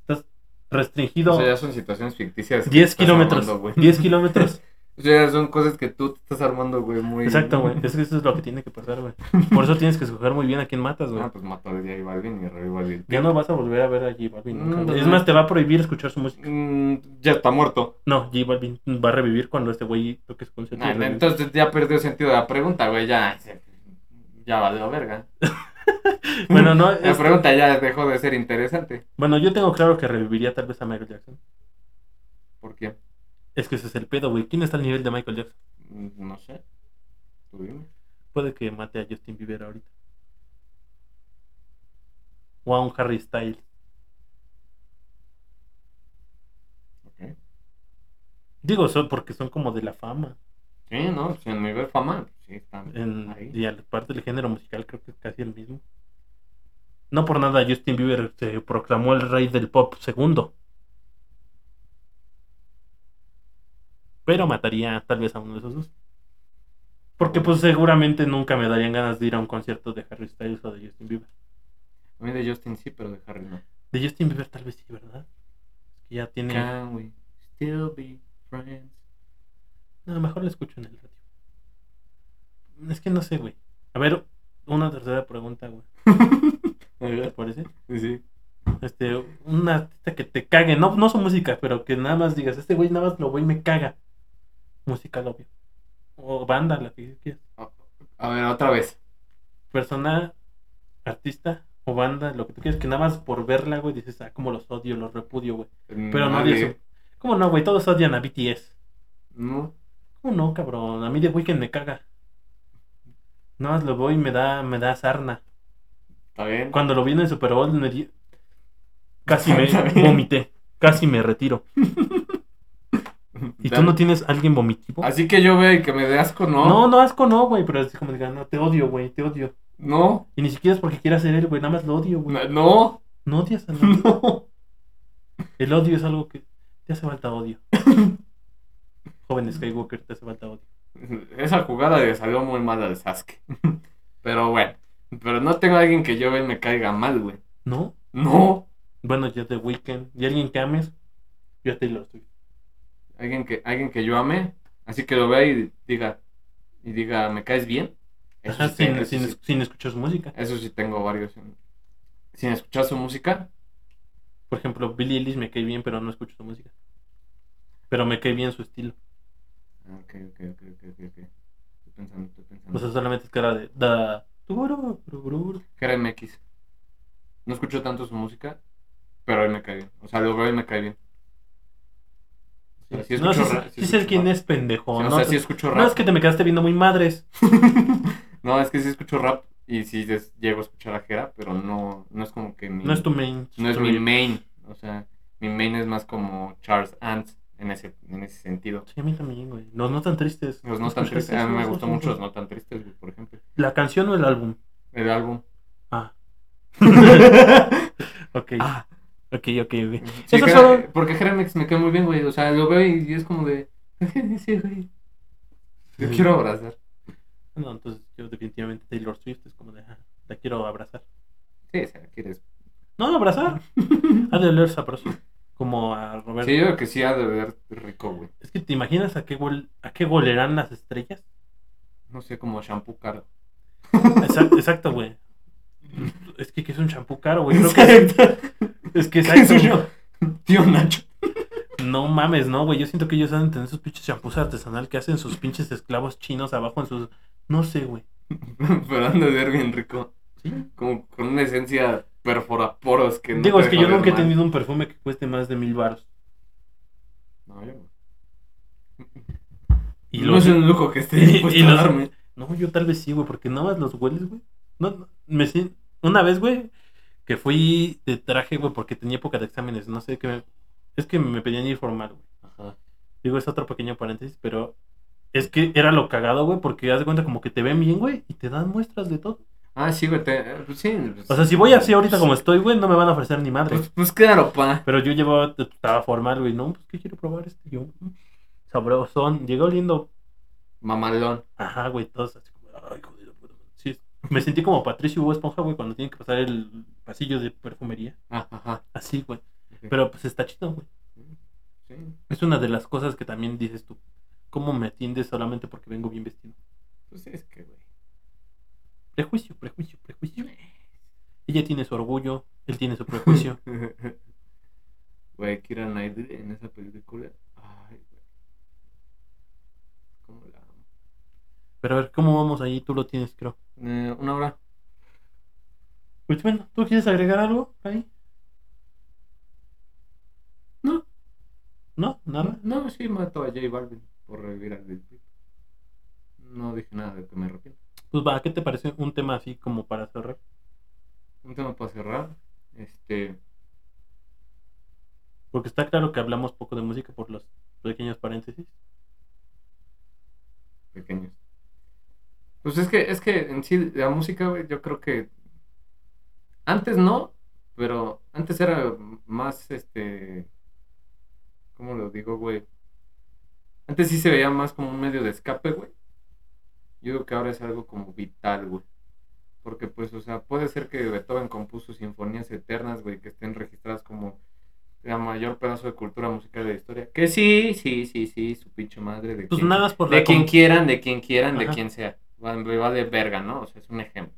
A: Estás
B: O
A: restringido
B: sea, ya son situaciones ficticias. que
A: 10
B: estás
A: kilómetros.
B: armando, güey.
A: 10 kilómetros.
B: O sea, son cosas que tú te estás armando, güey, muy...
A: Exacto, güey. Es que eso es lo que tiene que pasar, güey. Por eso tienes que escoger muy bien a quién matas, güey.
B: Ah, pues mató a J Balvin y a J Balvin.
A: Ya no vas a volver a ver a J Balvin nunca,
B: Mm,
A: güey. Es
B: no.
A: más, te va a prohibir escuchar su música.
B: Mm, ya está muerto.
A: No, J Balvin va a revivir cuando este güey toque su concierto. y
B: Ah,
A: revive.
B: entonces ya perdió sentido la pregunta, güey, ya... Ya valió verga.
A: Bueno, no,
B: La
A: es-
B: pregunta ya dejó de ser interesante.
A: bueno, yo tengo claro que reviviría tal vez a Michael Jackson.
B: ¿Por qué?
A: Es que ese es el pedo, güey. ¿Quién está al nivel de Michael Jackson?
B: Mm, No sé. Tú dime.
A: Puede que mate a Justin Bieber ahorita. O a un Harry Styles.
B: Ok.
A: Digo, son porque son como de la fama.
B: Sí, ¿no? Pues en nivel fama, sí, están
A: En,
B: ahí.
A: y a la parte del género musical creo que es casi el mismo. No por nada Justin Bieber se proclamó el rey del pop segundo. Pero mataría tal vez a uno de esos dos. Porque pues seguramente nunca me darían ganas de ir a un concierto de Harry Styles o de Justin Bieber.
B: A mí de Justin sí, pero de Harry no.
A: De Justin Bieber tal vez sí, ¿verdad? Es que ya tiene...
B: Can we still be friends?
A: No, mejor lo escucho en el radio. Es que no sé, güey. A ver, una tercera pregunta, güey. ¿Te parece?
B: Sí, sí.
A: Este, un artista que te cague, no, no su música, pero que nada más digas, este güey nada más lo güey me caga. Musical, obvio. O banda, la que quieras.
B: A ver, otra vez.
A: Persona, artista o banda, lo que tú quieras, que nada más por verla, güey, dices, ah, como los odio, los repudio, güey. Pero no odias.
B: Nadie.
A: su- ¿Cómo no, güey? Todos odian a BTS.
B: No.
A: ¿Cómo no, cabrón? A mí de Weekend me caga. Nada más lo voy y me da, me da sarna.
B: Está bien.
A: Cuando lo vi en el Super Bowl, me di- casi me
B: Está bien.
A: vomité. Casi me retiro. ¿Y tú no tienes alguien vomitivo?
B: Así que yo veo y que me dé asco, ¿no?
A: No, no, asco no, güey. Pero así como diga, no, te odio, güey, te odio.
B: No.
A: Y ni siquiera es porque quiera ser él, güey. Nada más lo odio, güey.
B: No. No.
A: No odias a nadie.
B: No.
A: El odio es algo que te hace falta odio. Joven Skywalker, te hace falta odio.
B: Esa jugada le salió muy mala al Sasuke. Pero bueno. Pero no tengo a alguien que yo vea y me caiga mal, güey.
A: ¿No?
B: No.
A: Bueno, yo The Weeknd. ¿Y alguien que ames? Yo a Taylor Swift.
B: Alguien que, alguien que yo ame. Así que lo vea y diga. Y diga, ¿me caes bien? Eso
A: Ajá,
B: sí
A: sin,
B: te- eso
A: sin-
B: sí
A: sin escuchar su música.
B: Eso sí tengo varios. en- Sin escuchar su música.
A: Por ejemplo, Billie Eilish me cae bien, pero no escucho su música. Pero me cae bien su estilo.
B: Ah, Ok, ok, ok, ok, ok, ok. Estoy pensando, estoy pensando.
A: O sea, solamente es cara de. Da... tururu, tururu.
B: Karen MX. No escucho tanto su música, pero él me cae bien. O sea, lo veo y me cae bien. O sea, sí
A: no sé,
B: escucho ra- sí
A: sí sé
B: escucho
A: quién
B: rap.
A: es pendejo.
B: o
A: no,
B: sea, sí escucho
A: No, es
B: rap.
A: que te me quedaste viendo muy madres.
B: No, es que sí escucho rap y sí des- llego a escuchar a Jera, pero no, no es como que mi...
A: No es tu main.
B: no es
A: story.
B: mi main. O sea, mi main es más como Charles Ants en ese, en ese sentido.
A: Sí, a mí también, güey. Los no tan tristes.
B: Los no tan
A: ¿Escuchaste
B: tristes. A
A: esos?
B: mí me
A: Esos
B: gustan
A: son-
B: mucho los no tan tristes, güey, por ejemplo.
A: ¿La canción o el álbum?
B: El álbum.
A: Ah. ok.
B: Ah.
A: Ok, ok, ok.
B: Sí,
A: Esos
B: Jera-
A: son-
B: Porque Jeremex me cae muy bien, güey. O sea, lo veo y y es como de. Sí, güey. Yo
A: Sí.
B: quiero abrazar.
A: No, entonces yo definitivamente Taylor Swift es como de. ah, La quiero abrazar.
B: Sí, o sea, quieres.
A: No, abrazar. Ha de oler sabroso. Como a Roberto.
B: Sí, yo creo que sí ha de ver rico, güey.
A: Es que te imaginas a qué, gol, a qué golerán las estrellas.
B: No sé, como shampoo caro.
A: Exacto, exacto, güey. Es que, que es un champú caro, güey. Creo que es, es que
B: ¿Qué
A: exacto.
B: soy yo? Tío Nacho.
A: No mames, no, güey. Yo siento que ellos saben tener sus pinches champús artesanal que hacen sus pinches esclavos chinos abajo en sus. No sé, güey.
B: Pero han de ver bien rico. Como con una esencia perforaporos que no.
A: Digo,
B: te
A: es que yo
B: deja
A: nunca
B: ver
A: he
B: mal.
A: tenido un perfume que cueste más de mil baros.
B: No, yo no.
A: Y
B: no
A: los-
B: es un lujo que esté
A: y- y
B: dispuesto a
A: los-
B: darme.
A: No, yo tal vez sí, güey, porque nada más los hueles, güey. No, no, me sien- Una vez, güey, que fui de traje, güey, porque tenía época de exámenes, no sé qué me... Es que me pedían ir formal, güey.
B: Ajá.
A: Digo, es otro pequeño paréntesis, pero es que era lo cagado, güey, porque haz de cuenta como que te ven bien, güey, y te dan muestras de todo.
B: Ah, sí, güey. te- eh, pues, sí. pues-
A: O sea, si voy así ahorita
B: pues-
A: como estoy, güey, no me van a ofrecer ni madre.
B: Pues, pues claro, pa.
A: Pero yo llevaba, estaba formal, güey, no, pues, ¿qué quiero probar este? Yo, mm, sabrosón, llegó oliendo,
B: Mamalón.
A: ajá, güey, todos así como, ay, joder, güey. sí. Me sentí como Patricio Hugo Esponja, güey, cuando tienen que pasar el pasillo de perfumería,
B: Ah, Ajá.
A: así, güey.
B: Ok.
A: Pero, pues, está chido, güey.
B: Sí.
A: Es una de las cosas que también dices tú. cómo me atiendes solamente porque vengo bien vestido.
B: Pues es que, güey.
A: Prejuicio, prejuicio, prejuicio. Ella tiene su orgullo, él tiene su prejuicio.
B: Güey, Kira Knightley en esa película. Ay, güey. ¿Cómo la amo?
A: Pero a ver, ¿cómo vamos ahí? Tú lo tienes, creo.
B: Eh, una hora.
A: Pues bueno, ¿tú quieres agregar algo ahí?
B: No.
A: ¿No? ¿Nada?
B: No, sí mató a J Balvin por revivir a Lil Peep. No dije nada de que me arrepiento.
A: Pues va, ¿qué te parece un tema así como para cerrar?
B: Un tema para cerrar. Este.
A: Porque está claro que hablamos poco de música por los pequeños paréntesis.
B: pequeños. Pues es que, es que en sí, la música, güey, yo creo que antes no, pero antes era más, este, ¿cómo lo digo, güey? Antes sí se veía más como un medio de escape, güey. Yo digo que ahora es algo como vital, güey. Porque pues, o sea, puede ser que Beethoven compuso sinfonías eternas, güey, que estén registradas como la mayor pedazo de cultura musical de la historia. Que sí, sí, sí, sí, su pinche madre de
A: Pues
B: quién-
A: nada, es por
B: de
A: la
B: quien
A: com-
B: quieran, de quien quieran, de
A: Ajá.
B: quien sea. Va- Me vale verga, ¿no? O sea, es un ejemplo.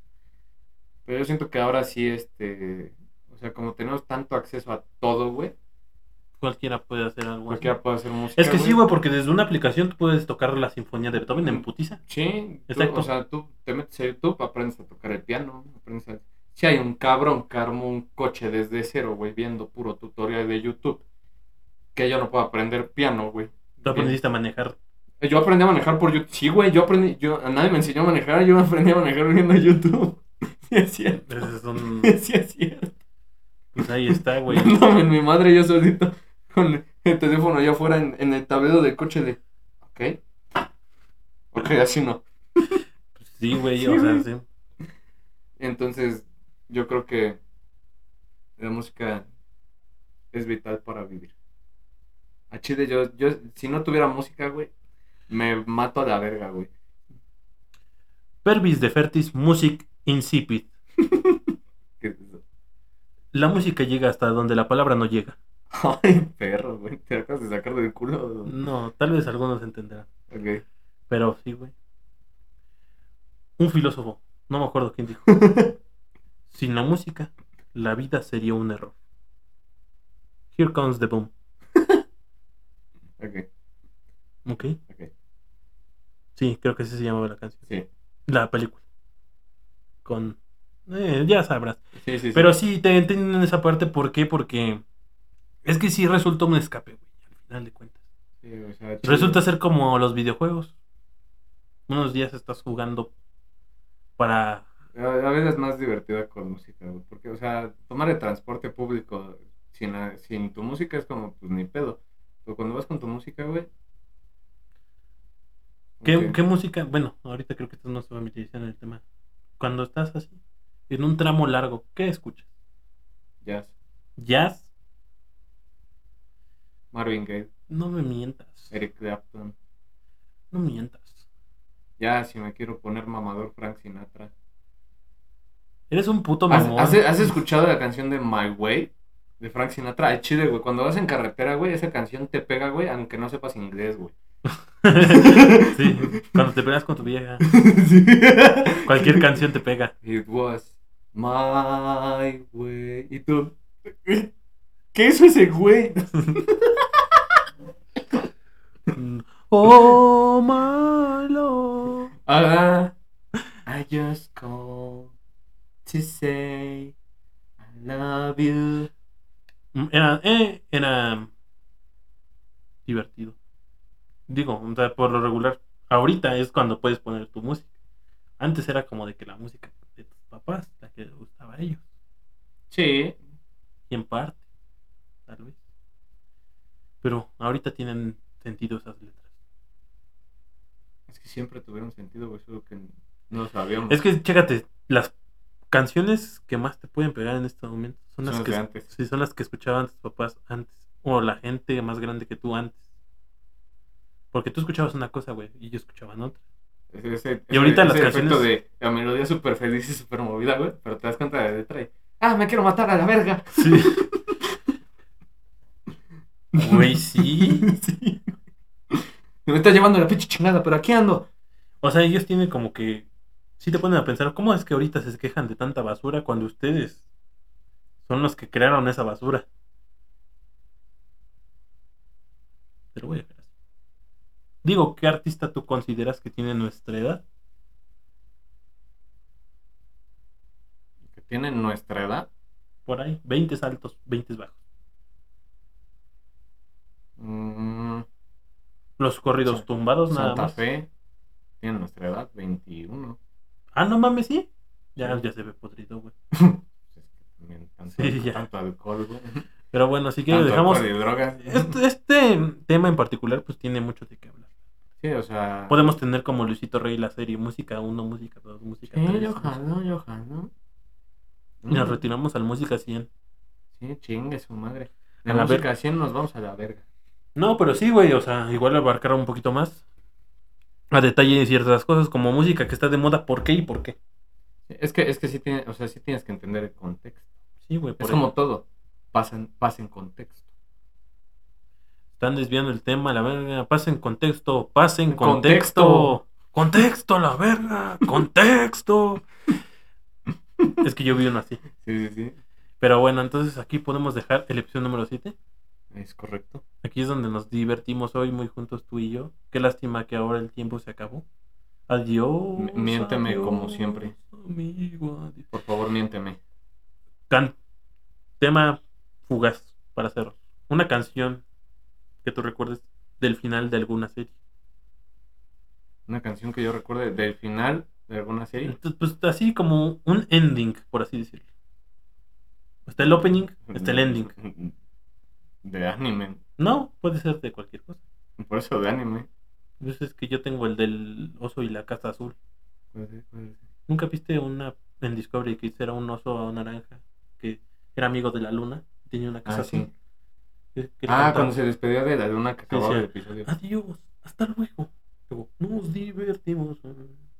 B: Pero yo siento que ahora sí, este. O sea, como tenemos tanto acceso a todo, güey.
A: cualquiera puede hacer algo. así.
B: Cualquiera puede hacer música.
A: Pues Es que sí, güey, porque desde una aplicación tú puedes tocar la sinfonía de Beethoven en putiza.
B: Sí, tú-
A: Exacto.
B: o sea, tú te metes a YouTube, aprendes a tocar el piano. Aprendes a. Si hay un cabrón que armó un coche desde cero, güey, viendo puro tutorial de YouTube. Que yo no puedo aprender piano, güey.
A: Tú aprendiste a manejar.
B: Yo aprendí a manejar por YouTube. Sí, güey, yo aprendí. Yo, nadie me enseñó a manejar, yo aprendí a manejar viendo YouTube. Sí, es cierto.
A: Ese pues, es un-
B: Sí, es cierto.
A: Pues ahí está, güey.
B: No, mi madre, yo solito con el teléfono allá afuera en, en el tablero del coche de. Ok. Ok, así no.
A: Pues sí, güey,
B: Sí,
A: o sea,
B: güey.
A: sí.
B: Entonces, yo creo que la música es vital para vivir. A Chile, yo, yo, si no tuviera música, güey, me mato a la verga, güey.
A: Pervis de Fertis Music Incipit.
B: ¿Qué es eso?
A: La música llega hasta donde la palabra no llega.
B: Ay, perro, güey. Te acabas de sacar del culo.
A: No, tal vez algunos entenderán.
B: Ok.
A: Pero sí, güey. Un filósofo, no me acuerdo quién dijo. Sin la música, la vida sería un error. Here comes the boom.
B: Ok,
A: ¿Ok?
B: ok.
A: Sí, creo que así se llamaba la canción.
B: Sí.
A: La película. Con. eh, ya sabrás.
B: Sí, sí, sí.
A: Pero sí, te entienden esa parte. ¿Por qué? Porque. Es que sí resulta un escape, güey. Al final de cuentas.
B: Sí, o sea, Chile-
A: Resulta ser como los videojuegos. Unos días estás jugando para.
B: A a veces es más divertida con música, güey, Porque, o sea, tomar el transporte público sin, la- sin tu música es como, pues ni pedo. Pero cuando vas con tu música, güey.
A: ¿Qué,
B: ok.
A: qué música? Bueno, ahorita creo que estás más familiarizado en el tema. Cuando estás así, en un tramo largo, ¿qué escuchas?
B: Jazz.
A: ¿Jazz?
B: Marvin Gaye,
A: No me mientas.
B: Eric Clapton.
A: No mientas.
B: Ya, si me quiero poner mamador, Frank Sinatra.
A: Eres un puto
B: ¿Has,
A: mamón.
B: has- has escuchado la canción de My Way? De Frank Sinatra. Ay, chile, güey. Cuando vas en carretera, güey, esa canción te pega, güey, aunque no sepas inglés, güey.
A: sí, cuando te pegas con tu vieja,
B: Sí.
A: cualquier canción te pega.
B: It was my way. ¿Y tú? ¿Qué hizo ese güey?
A: Mm, Oh, my love.
B: Ah, I just called to say I love you.
A: Mm, Era, eh, era divertido. Digo, o sea, por lo regular, ahorita es cuando puedes poner tu música. Antes era como de que la música de tus papás, la que les gustaba a ellos.
B: Sí.
A: Y en parte, tal vez. Pero ahorita tienen sentido esas letras.
B: Es que siempre tuvieron sentido, güey, solo que no lo sabíamos.
A: Es que, chécate, las canciones que más te pueden pegar en este momento son
B: Son
A: las
B: las
A: que
B: de antes.
A: sí, son las que escuchaban tus papás antes o la gente más grande que tú antes. Porque tú escuchabas una cosa, güey, y yo escuchaba otra.
B: Ese- ese-
A: Y ahorita
B: ese
A: las
B: efecto
A: canciones-
B: de la melodía súper feliz y súper movida, güey, pero te das cuenta de la letra y... ¡Ah, me quiero matar a la verga!
A: Sí. Güey, sí.
B: Sí. Me está llevando la pinche chingada, pero aquí ando.
A: O sea, ellos tienen como que. Sí te ponen a pensar, ¿cómo es que ahorita se quejan de tanta basura cuando ustedes son los que crearon esa basura? Pero voy a ver. Digo, ¿qué artista tú consideras que tiene nuestra edad?
B: Que tienen nuestra edad.
A: Por ahí, 20 altos, 20 bajos.
B: Mm,
A: Los corridos
B: Sa-
A: tumbados Pues nada
B: Santa
A: más.
B: Fe. Tienen nuestra edad, 21.
A: Ah, no mames, sí. Ya, ya se ve podrido, güey.
B: Pues es que también tanto,
A: Sí, ya.
B: tanto alcohol, güey.
A: Pero bueno, si que
B: Tanto
A: lo dejamos.
B: alcohol y drogas.
A: Este, este tema en particular, pues tiene mucho de qué hablar.
B: Sí, o sea.
A: Podemos tener como Luisito Rey la serie música 1, música 2, música
B: Sí,
A: 3.
B: yo jalo, yo jalo.
A: Y nos retiramos al música 100.
B: Mm, Sí, chingue su madre.
A: A la
B: De la música 100 nos vamos a la verga.
A: No, pero sí, güey, o sea, igual abarcar un poquito más a detalle de ciertas cosas, como música que está de moda, ¿por qué y por qué?
B: Es que, es que sí, tiene, o sea, sí tienes que entender el contexto.
A: Sí, güey, por
B: es
A: eso.
B: como todo. Pasa en, pasa en contexto.
A: Están desviando el tema, la verga. Pasen contexto, pasen
B: Contexto.
A: contexto. Contexto, la verga, contexto. es que yo vi uno así.
B: Sí, sí, sí.
A: Pero bueno, entonces aquí podemos dejar el episodio número 7.
B: Es correcto.
A: Aquí es donde nos divertimos hoy muy juntos tú y yo. Qué lástima que ahora el tiempo se acabó. Adiós.
B: M- miénteme como siempre.
A: Amigo, adiós.
B: Por favor, miénteme.
A: Can- tema fugaz para hacer una canción que tú recuerdes del final de alguna serie.
B: Una canción que yo recuerde del final de alguna serie.
A: Entonces, pues así como un ending, por así decirlo. Está el opening, está el ending.
B: De anime.
A: No, puede ser de cualquier cosa.
B: Por eso de anime.
A: Pues es que yo tengo el del oso y la casa azul. ¿Nunca viste una en Discovery que era un oso naranja que era amigo de la luna? Tenía una casa
B: Ah, sí.
A: así. que- que le
B: Ah,
A: cantaba,
B: cuando se despedía de la luna que acababa
A: sí.
B: el episodio.
A: Adiós, hasta luego. Luego, nos divertimos.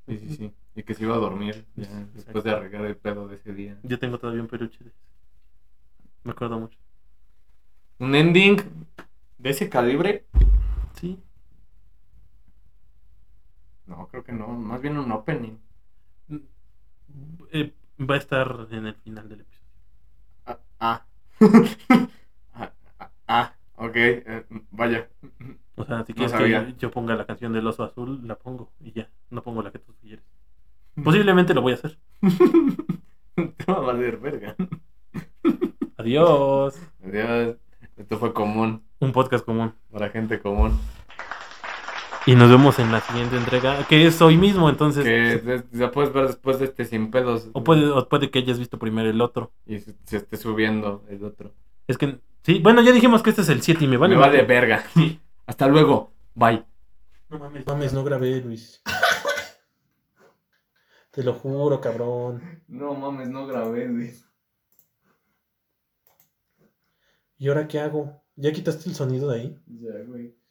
B: Sí, sí, sí. Y que se iba a dormir ya,
A: Sí, exacto.
B: después de arreglar el pedo de ese día.
A: Yo tengo todavía un peluche de ese. Me acuerdo mucho.
B: Un ending de ese calibre.
A: Sí.
B: No, creo que no. Más bien un opening.
A: Eh, va a estar en el final del episodio.
B: Ah. Ah, ah, ah, ah, ok. eh, vaya.
A: O sea, si
B: No
A: quieres
B: sabía.
A: que yo ponga la canción del oso azul, la pongo y ya. No pongo la que tú quieres. Posiblemente lo voy a hacer.
B: Te va a valer verga.
A: Adiós.
B: Adiós. Esto fue común.
A: Un podcast común.
B: Para gente común.
A: Y nos vemos en la siguiente entrega, que es hoy mismo, entonces.
B: Que des- ya puedes ver después de este sin pedos.
A: O puede, o puede que hayas visto primero el otro.
B: Y se, se esté subiendo el otro.
A: Es que. Sí, bueno, ya dijimos que este es el 7 y me vale.
B: Me vale verga.
A: Sí.
B: Hasta luego. Bye.
A: No mames, mames, no grabé, Luis. Te lo juro, cabrón.
B: No mames, no grabé, güey.
A: ¿Y ahora qué hago? ¿Ya quitaste el sonido de ahí?
B: Ya, güey.